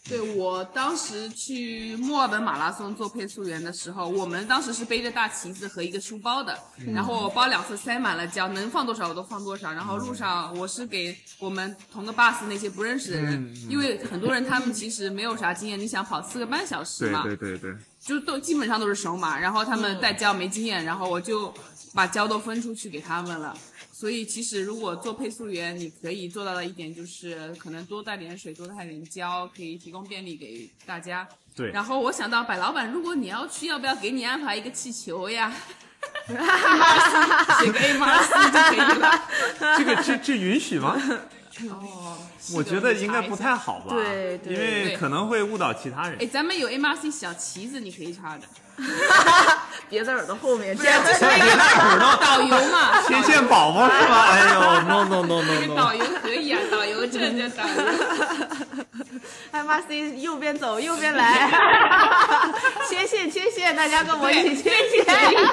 对我当时去墨尔本马拉松做配速员的时候，我们当时是背着大旗子和一个书包的，然后我包两次塞满了胶，能放多少我都放多少。然后路上我是给我们同个 bus 那些不认识的人，因为很多人他们其实没有啥经验，你想跑四个半小时对嘛，对对对，就都基本上都是手马，然后他们带胶没经验，然后我就把胶都分出去给他们了。所以其实如果做配速员，你可以做到的一点就是可能多带点水，多带点胶，可以提供便利给大家。对然后我想到百老板，如果你要去，要不要给你安排一个气球呀？写个 A 马斯就可以了。这个这这允许 吗？哦，我觉得应该不太好吧，对对因为可能会误导其他人哎，。咱们有 A 马 C 小旗子，你可以插着， 别在耳朵后面，这然样就是那个导游嘛，天线宝宝 是吧？哎呦，no no no 这个 no no。导游可以啊，导游这这导游。 哎妈 C 右边走，右边来， 切线切线，大家跟我一起切线。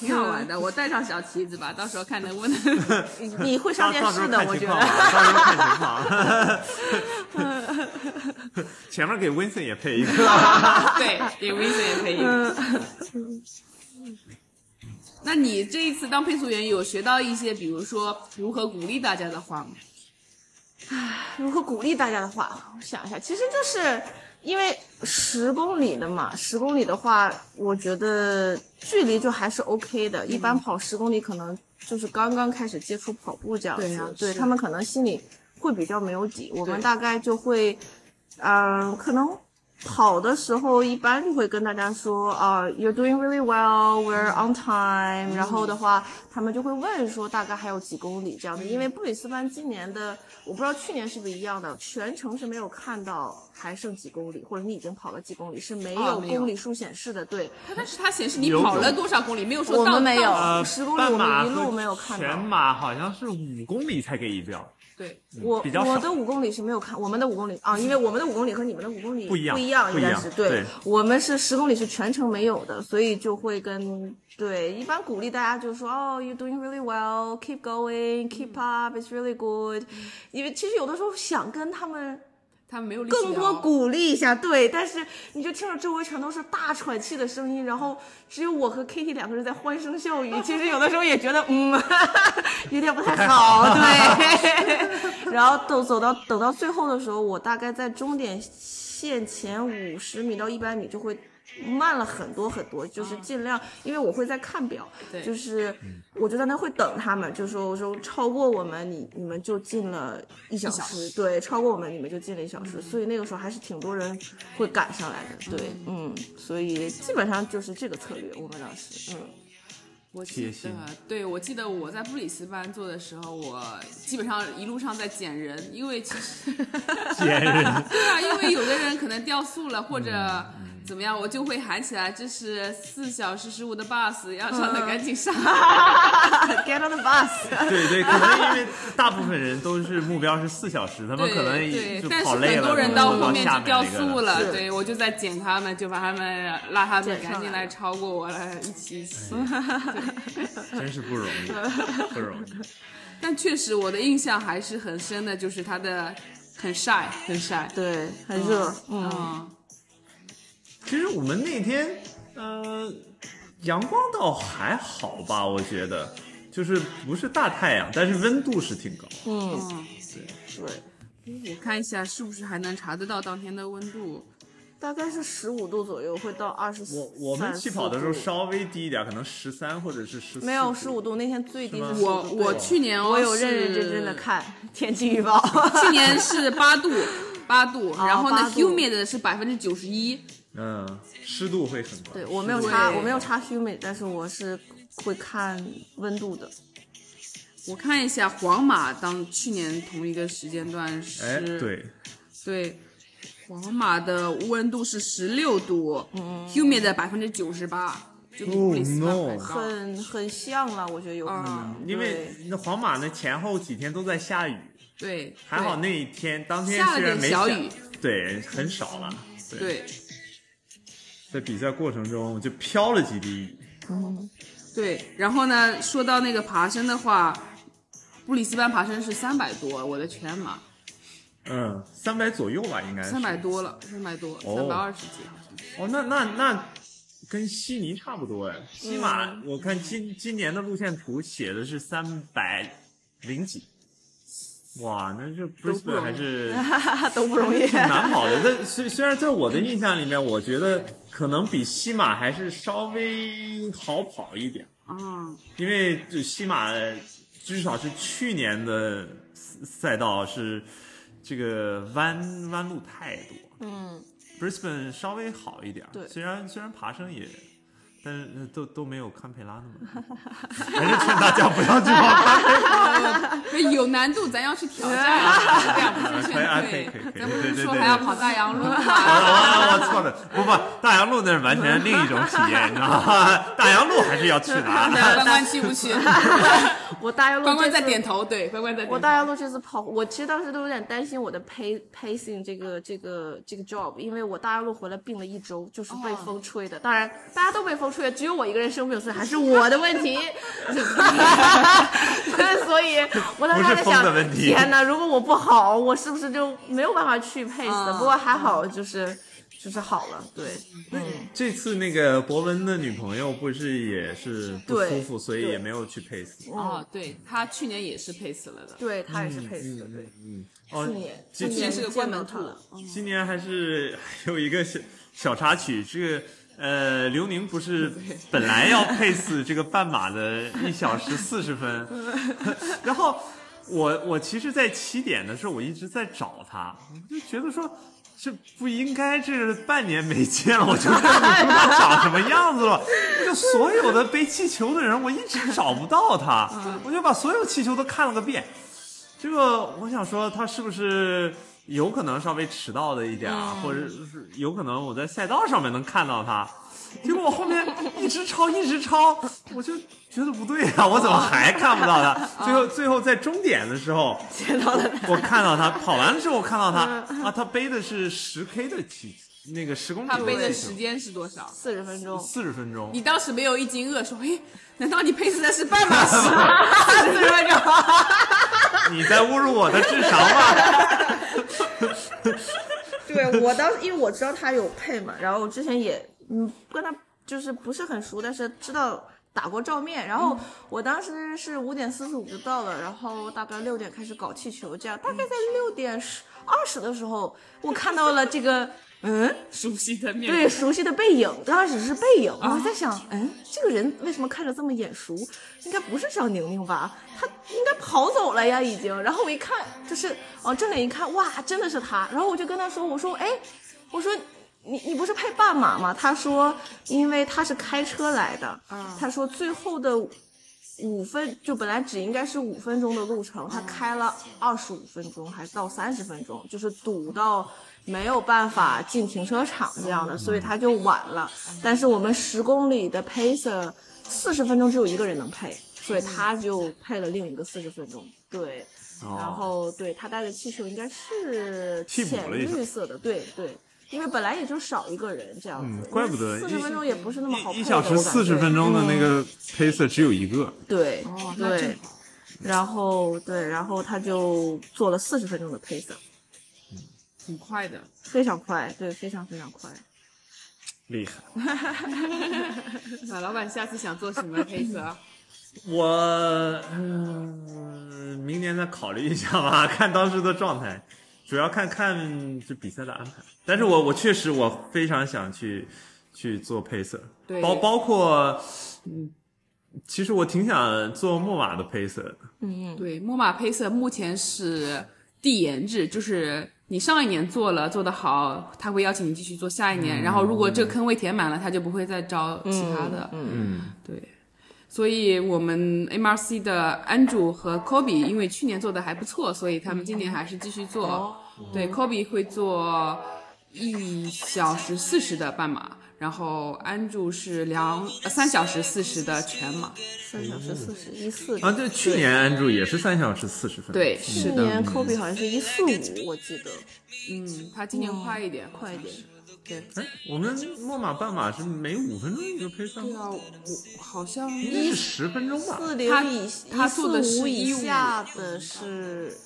挺好玩的，我带上小旗子吧，到时候看能不能。你会上电视的，到我时觉候看情况吧，得。到时候看情况。啊前面给 Winston 也配一 个，对，给威森也可以。 那你这一次当配速员有学到一些，比如说如何鼓励大家的话吗？如何鼓励大家的话，我想一下，其实就是因为十公里的嘛，十公里的话，我觉得距离就还是 OK 嗯的。一般跑十公里可能就是刚刚开始接触跑步这样子，对啊对是他们可能心里会比较没有底。我们对大概就会，嗯、可能跑的时候一般就会跟大家说啊、y o u r e doing really well, we're on time、然后的话，他们就会问说大概还有几公里这样的，因为布里斯班今年的我不知道去年是不是一样的，全程是没有看到还剩几公里，或者你已经跑了几公里是没有哦没有公里数显示的。对，但是它显示你跑了多少公里，没有说我到们没有到十公里半我呃马们一路没有和看全到。马好像是五公里才给一标，对，我嗯比较少我的五公里是没有看，我们的五公里啊，因为我们的五公里和你们的五公里不一样不一样，不应一样该是对对我们是十公里是全程没有的，所以就会跟对一般鼓励大家就说哦、y o u r e doing really well, keep going, keep up, it's really good。因为其实有的时候想跟他们他们没有力气啊更多聊鼓励一下，对。但是你就听着周围全都是大喘气的声音，然后只有我和 Kitty 两个人在欢声笑语。其实有的时候也觉得，嗯， 有点不太好，对。然后等走到等到最后的时候，我大概在终点线前五十米到一百米就会。慢了很多很多，就是尽量，因为我会在看表，对就是嗯我就在那会等他们，就说我说超过我们，你你们就进了一小小时，嗯对，超过我们你们就进了一小时，所以那个时候还是挺多人会赶上来的，对，嗯，所以基本上就是这个策略，我们当时， 嗯，我记贴心得，对我记得我在布里斯班做的时候，我基本上一路上在捡人，因为其 实天人 嗯对啊，因为有的人可能掉速了或者怎么样，我就会喊起来，这是四小时十五的 bus，要上嗯的赶紧 上。 get on the bus， 对对，可能因为大部分人都是目标是四小时，他们对可能也对就，但是跑累很了，多人可能到就后面下就掉那个速了，是对我就在捡他们，就把他们拉他们捡上赶紧来来了超过我了，一起一起。嗯 真是不容 易，不容易。但确实我的印象还是很深的，就是他的很晒，很晒。对，很热，嗯，嗯，其实我们那天，呃，阳光倒还好吧，我觉得，就是不是大太阳，但是温度是挺高。嗯，嗯，对，我看一下是不是还能查得到当天的温度。大概是十五度左右，会到二十我我们起跑的时候稍微低一点，可能十三或者是十没有十五度，那天最低是是15我度我对去年哦我有认认真真的，看天气预报，是 去年是八度。八度，然后呢哦八度，humid 是百分之九十一，嗯，湿度会很高。 对我没有湿度插对我没有插 humid，但是我是会看温度的。我看一下皇马当去年同一个时间段是，哎，对，对，皇马的温度是十六度、h 嗯 u m i d 的百分之九十八，就比布里斯班 Oh, 还 no 高。很很像了，我觉得有可能啊，因为对那皇马那前后几天都在下雨，对，还好那一天当天下了虽然点没小雨，对，很少了。对对在比赛过程中就飘了几滴雨。对。然后呢，说到那个爬升的话，布里斯班爬升是三百多，我的全马嗯，三百左右吧，应该是三百。多了，三百多，哦三百二十几好像是。哦，那那那跟悉尼差不多哎。西马，我看今今年的路线图写的是三百零几。哇，那这都不 Brisbane 容易还是 都 不容易。难跑的。但虽虽然在我的印象里面，我觉得可能比西马还是稍微好跑一点，啊，因为这西马至少是去年的赛道是这个弯弯路太多。嗯， Brisbane 稍微好一点儿，对虽然虽然爬升也，但是呃都都没有堪培拉那么，还是劝大家不要去跑堪培拉。所哎 以有难度，咱要去挑战啊，是这样不是劝可以啊退可以可以可以咱不是对对说对还要对跑大洋路啊 吗？啊我错了，不不，大洋路那是完全另一种体验，你知道吗？大洋路还是要去的啊。关关去不去？我大洋路关关这在次点头，对，关关在点头。我大洋路这次跑，我其实当时都有点担心我的 pay pacing 这个这个这个 job，因为我大洋路回来病了一周，就是被哦风吹的。当然，大家都被风吹，只有我一个人生病，所以还是我的问题。 所以，我当时还在不是风的想，问题天哪，如果我不好，我是不是就没有办法去 pace 啊的？不嗯过还好，就是就是好了，对，这次那个博文的女朋友不是也是不对舒服，所以对也没有去 pace。哦，对他去年也是配死了的，对他也是 pace 的，对，哦去年，去今去年年是个关见到门他兔了。今年还是 还有一个小小插曲，这个呃，刘宁不是本来要配死这个半马的一小时四十分， 然后我我其实，在起点的时候，我一直在找他，我就觉得说。这不应该，这半年没见了，我就认不出他长什么样子了。 就所有的背气球的人，我一直找不到他，我就把所有气球都看了个遍，这个我想说，他是不是有可能稍微迟到的一点啊，嗯或者是有可能我在赛道上面能看到他？结果我后面一直超，一直超，我就觉得不对啊，我怎么还看不到他？最后最后在终点的时候，见到了我看到他跑完了之后，我看到他嗯啊，他背的是十 K 的气，那个十公 里他背的的时间是多少？四十分钟，四十分钟你，当时没有一惊愕，说：“哎，难道你配死的是半马时吗？” 四十分钟，你在侮辱我的智商吧？ 对我当时，因为我知道他有配嘛，然后我之前也嗯跟他就是不是很熟，但是知道打过照面。然后我当时是五点四十五就到了，然后大概六点开始搞气球，这样大概在六点十二十的时候，我看到了这个嗯。熟悉的面孔对，熟悉的背影，刚开始是背影，我还在想，嗯，这个人为什么看着这么眼熟？应该不是张宁宁吧？他应该跑走了呀，已经。然后我一看，就是哦，正脸一看，哇，真的是他。然后我就跟他说，我说，哎，我说。你你不是配半马吗？他说，因为他是开车来的，他说最后的五分就本来只应该是五分钟的路程，他开了二十五分钟，还到三十分钟，就是堵到没有办法进停车场这样的，所以他就晚了。但是我们十公里的 pacer 四十分钟只有一个人能配，所以他就配了另一个四十分钟。对，然哦后对他带的气球应该是替补浅了一下绿色的，对对。因为本来也就少一个人这样子，嗯怪不得四一十分钟也不是那么好配一的小时我感四十觉分钟的那嗯个 pacer 只有一个，对，哦那对正，然后对，然后他就做了四十分钟的 pace，挺快的。非常快，对，非常非常快。厉害。啊， 老板下次想做什么配色？我嗯，明年再考虑一下吧， 看当时的状态，主要看看这比赛的安排。但是我我确实我非常想去去做配色，对包包括嗯，其实我挺想做木马的配色的，对，木马配色目前是递延制，就是你上一年做了做得好，他会邀请你继续做下一嗯年，然后如果这个坑位填满了，他就不会再招其他的。嗯，对，所以我们 MRC 的 Andrew 和 Kobe 因为去年做的还不错，所以他们今年还是继续做。哦对，Kobe 会做一小时四十的半马，然后 Andrew 是两呃三小时四十的全马。三小时四十一四啊，对，去年安住也是三小时四十分，嗯对，去哦是的，年 Kobe 好像是一四五，我记得嗯，他今年快一点，哦快一点。对。哎，我们木马半马是每五分钟一个配色对吗？啊，我好像应该是十分钟吧。四零他以他一做的四五是以15下的是，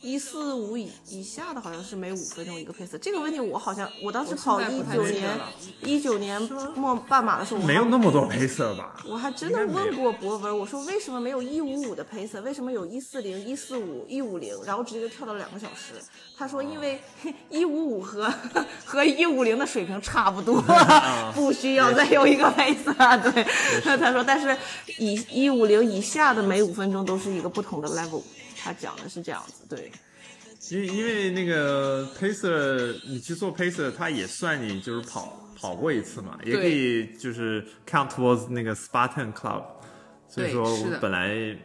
一四五以以下的好像是每五分钟一个配色。这个问题我好像我当时我现跑在一不太九记得年了一九年末半马的时候，我没有还那么多配色吧？我还真应的该没有问过博文，我说为什么没有一五五的 pace，为什么有一四零、一四五、一五零，然后直接就跳到两个小时？他说因啊为一五五和和一五零的水平差不多，啊 不需要再有一个 pace 啊。对，他说但是以一五零以下的每五分钟都是一个不同的 level，他讲的是这样子，对，因为因为那个 pacer，你去做 pacer，它也算你就是跑跑过一次嘛，也可以就是 count towards 那个 Spartan Club。所对以说是的我本来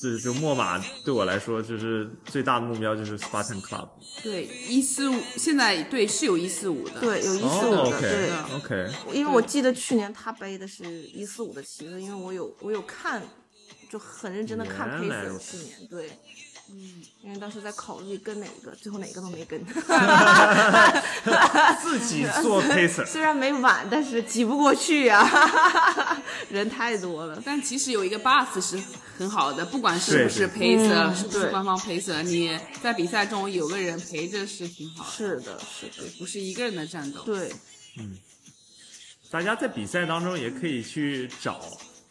就就墨马对我来说就是最大的目标就是 Spartan Club。对一四五，现在对是有一四五的，对，有一四哦五的，对。 ，OK OK， 因为我记得去年他背的是一四五的旗子，因为我有我有看，就很认真的看配原来色。如去此年对，嗯，因为当时在考虑跟哪一个，最后哪个都没跟。 自己做 pacer，虽然没晚，但是挤不过去呀、 啊，人太多了。但其实有一个 bus 是很好的，不管是不是对陪色，嗯是不是对官方陪色，你在比赛中有个人陪着是挺好的，是的，是的，不是一个人的战斗。对，大家在比赛当中也可以去找。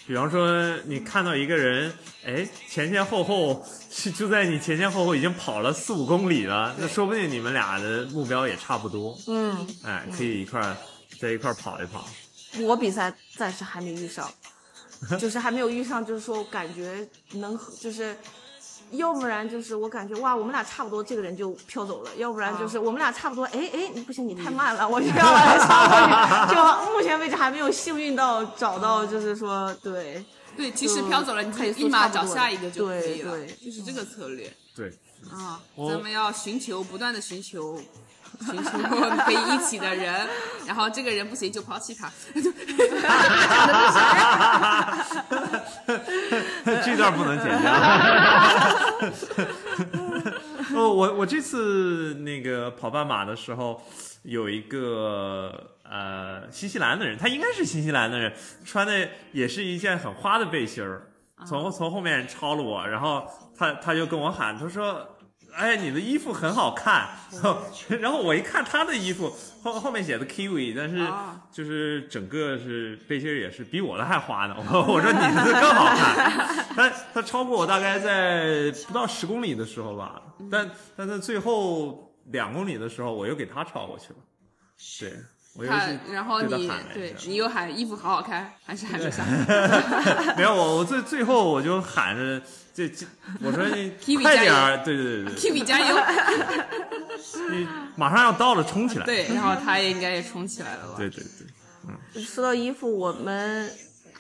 比方说，你看到一个人，哎，前前后后是就在你前前后后已经跑了四五公里了，那说不定你们俩的目标也差不多，嗯，哎，可以一块儿在一块儿跑一跑。我比赛暂时还没遇上，就是还没有遇上，就是说感觉能和就是。要不然就是我感觉哇，我们俩差不多，这个人就飘走了；要不然就是我们俩差不多，哎哎，你不行，你太慢了，我就要来超过你。就目前为止还没有幸运到找到，就是说对，对，其实飘走了，你可以配速立马差找不多下一个就可对以了，对嗯就是这个策略对，啊。我咱们要寻求，不断的寻求。 寻求可以一起的 人，然后这个人不行就抛弃他， 这段不能剪掉。 哦，我我这次那个跑半马的时候，有一个呃新西兰的人，他应该是新西兰的人，穿的也是一件很花的背心儿，啊从从后面超了我，然后他他就跟我喊，他说。哎，你的衣服很好看，然后我一看他的衣服后后面写的 kiwi，但是啊就是整个是背心儿也是比我的还花呢。我我说你的更好看，他他超过我大概在不到十公里的时候吧，嗯但但在最后两公里的时候，我又给他超过去了。对，我又他是然后对他你喊了一对下你又喊衣服好好看，还是还没 上。没有我我最最后我就喊着这这我说你 Kiwi 快加点油儿，对对对 Kimi 加油！对，你马上要到了，冲起来。对，然后他也应该也冲起来了吧？对对对。说到衣服，我们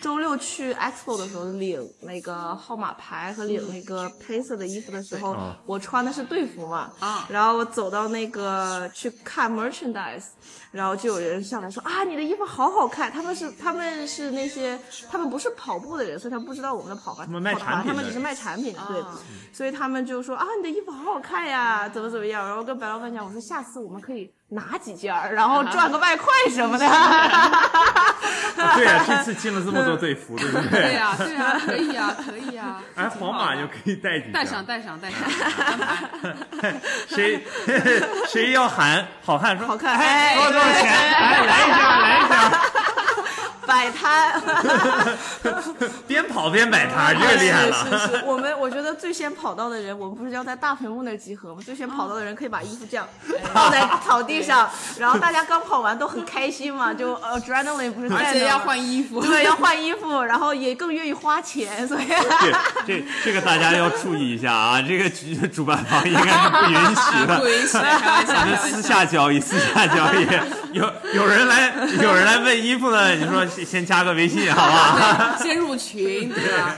周六去 Expo 的时候领那个号码牌和领那个配色的衣服的时候，哦我穿的是队服嘛，啊然后我走到那个去看 merchandise，然后就有人上来说啊，你的衣服好好看。他们是他们是那些他们不是跑步的人，所以他们不知道我们的跑法，他们卖跑法产品他们的只是卖产品的，对。啊所以他们就说啊，你的衣服好好看呀，怎么怎么样。然后跟白老板讲，我说下次我们可以哪几家儿，然后赚个外快什么的。啊对呀、 这次进了这么多队服，对不对？对呀、对呀、可以呀、可以呀、 哎，皇马就可以带几带张上带上带上，安排 谁 谁要喊好汉说好看，哎，多少多少钱？哎来来一下，来一 下，摆摊，边跑边摆摊，这个厉害了。 是是是，我们我觉得最先跑到的人，我们不是要在大屏幕那儿集合吗？最先跑到的人可以把衣服这样放在草地上，然后大家刚跑完都很开心嘛，就呃 adrenaline 不是在而那且儿要吗换衣服，对，要换衣服，然后也更愿意花钱，所以这这这个大家要注意一下啊，这个局主办方应该是不允许啊， 不的。允许，开咱玩笑，开们玩私笑。下交易，私下交易。有有人来，有人来问衣服呢，你说先先加个微信，好不好？对，先入群，对吧？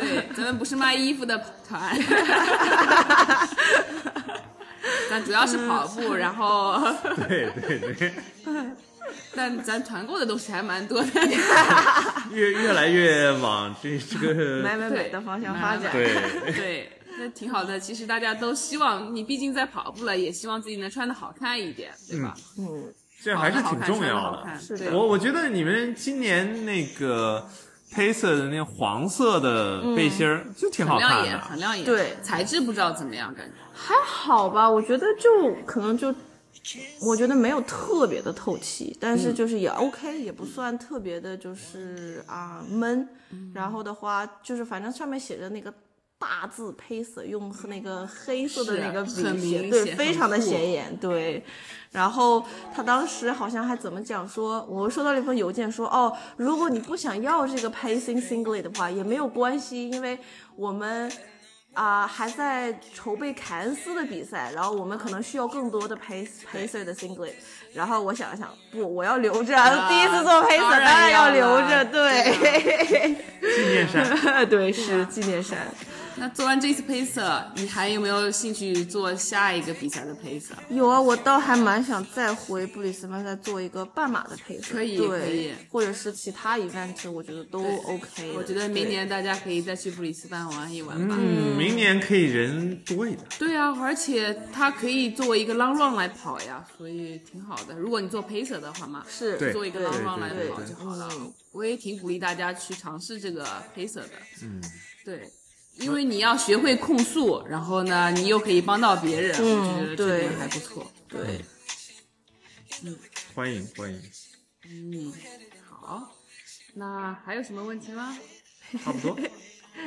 对，咱们不是卖衣服的团， 咱主要是跑步，然后， 对 对对，但咱团购的东西还蛮多的。越越来越往这这 买个买买的方向发展。对 对，那挺好的。其实大家都希望，你毕竟在跑步了，也希望自己能穿的好看一点，对吧？嗯这还是挺重要跑得好看穿的。是得好看的对我我我觉得你们今年那个黑色的那个黄色的背心儿就挺很好亮看啊眼，的，很亮眼。对材质不知道怎么样，感觉。还好吧，我觉得就可能就，我觉得没有特别的透气，但嗯是就是也 OK，、也不算特别的，就是啊闷。嗯然后的话，就是反正上面写着那个大字配色，用那个黑色的是啊那个笔很写，明对，显非很常的酷显眼，对。然后他当时好像还怎么讲说，我收到了一封邮件说，哦，如果你不想要这个 pacing singlet 的话，也没有关系，因为我们啊、还在筹备凯恩斯的比赛，然后我们可能需要更多的 pace pacer 的 singlet。然后我想了想，不，我要留着，第一次做 pacer 啊当当然然要啊要留啦着，对，纪念 衫。对，啊是纪念衫。那做完这次配色，你还有没有兴趣做下一个比赛的配色？有啊，我倒还蛮想再回布里斯班再做一个半马的配色，可以对可以或者是其他 event，我觉得都对 OK 的。我觉得明对年大家可以再去布里斯班玩一玩吧。嗯，明年可以人多一点。对啊，而且它可以作为一个 long run 来跑呀，所以挺好的。如果你做 pacer 的话嘛，是对做一个对 long 对 run 来对跑对就好了嗯。我也挺鼓励大家去尝试这个 pacer 的。嗯，对。因为你要学会控速，然后呢，你又可以帮到别人，嗯我觉得这对点还不错。对，嗯欢迎欢迎，嗯，好，那还有什么问题吗？差不多，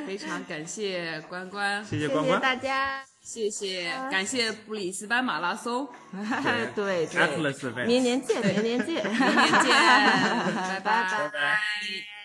非常感谢关关，谢谢谢关谢关。大家。谢谢，啊感谢布里斯班马拉松， 对对， Atlas Event 明年见，明年明见，天见，拜拜拜拜。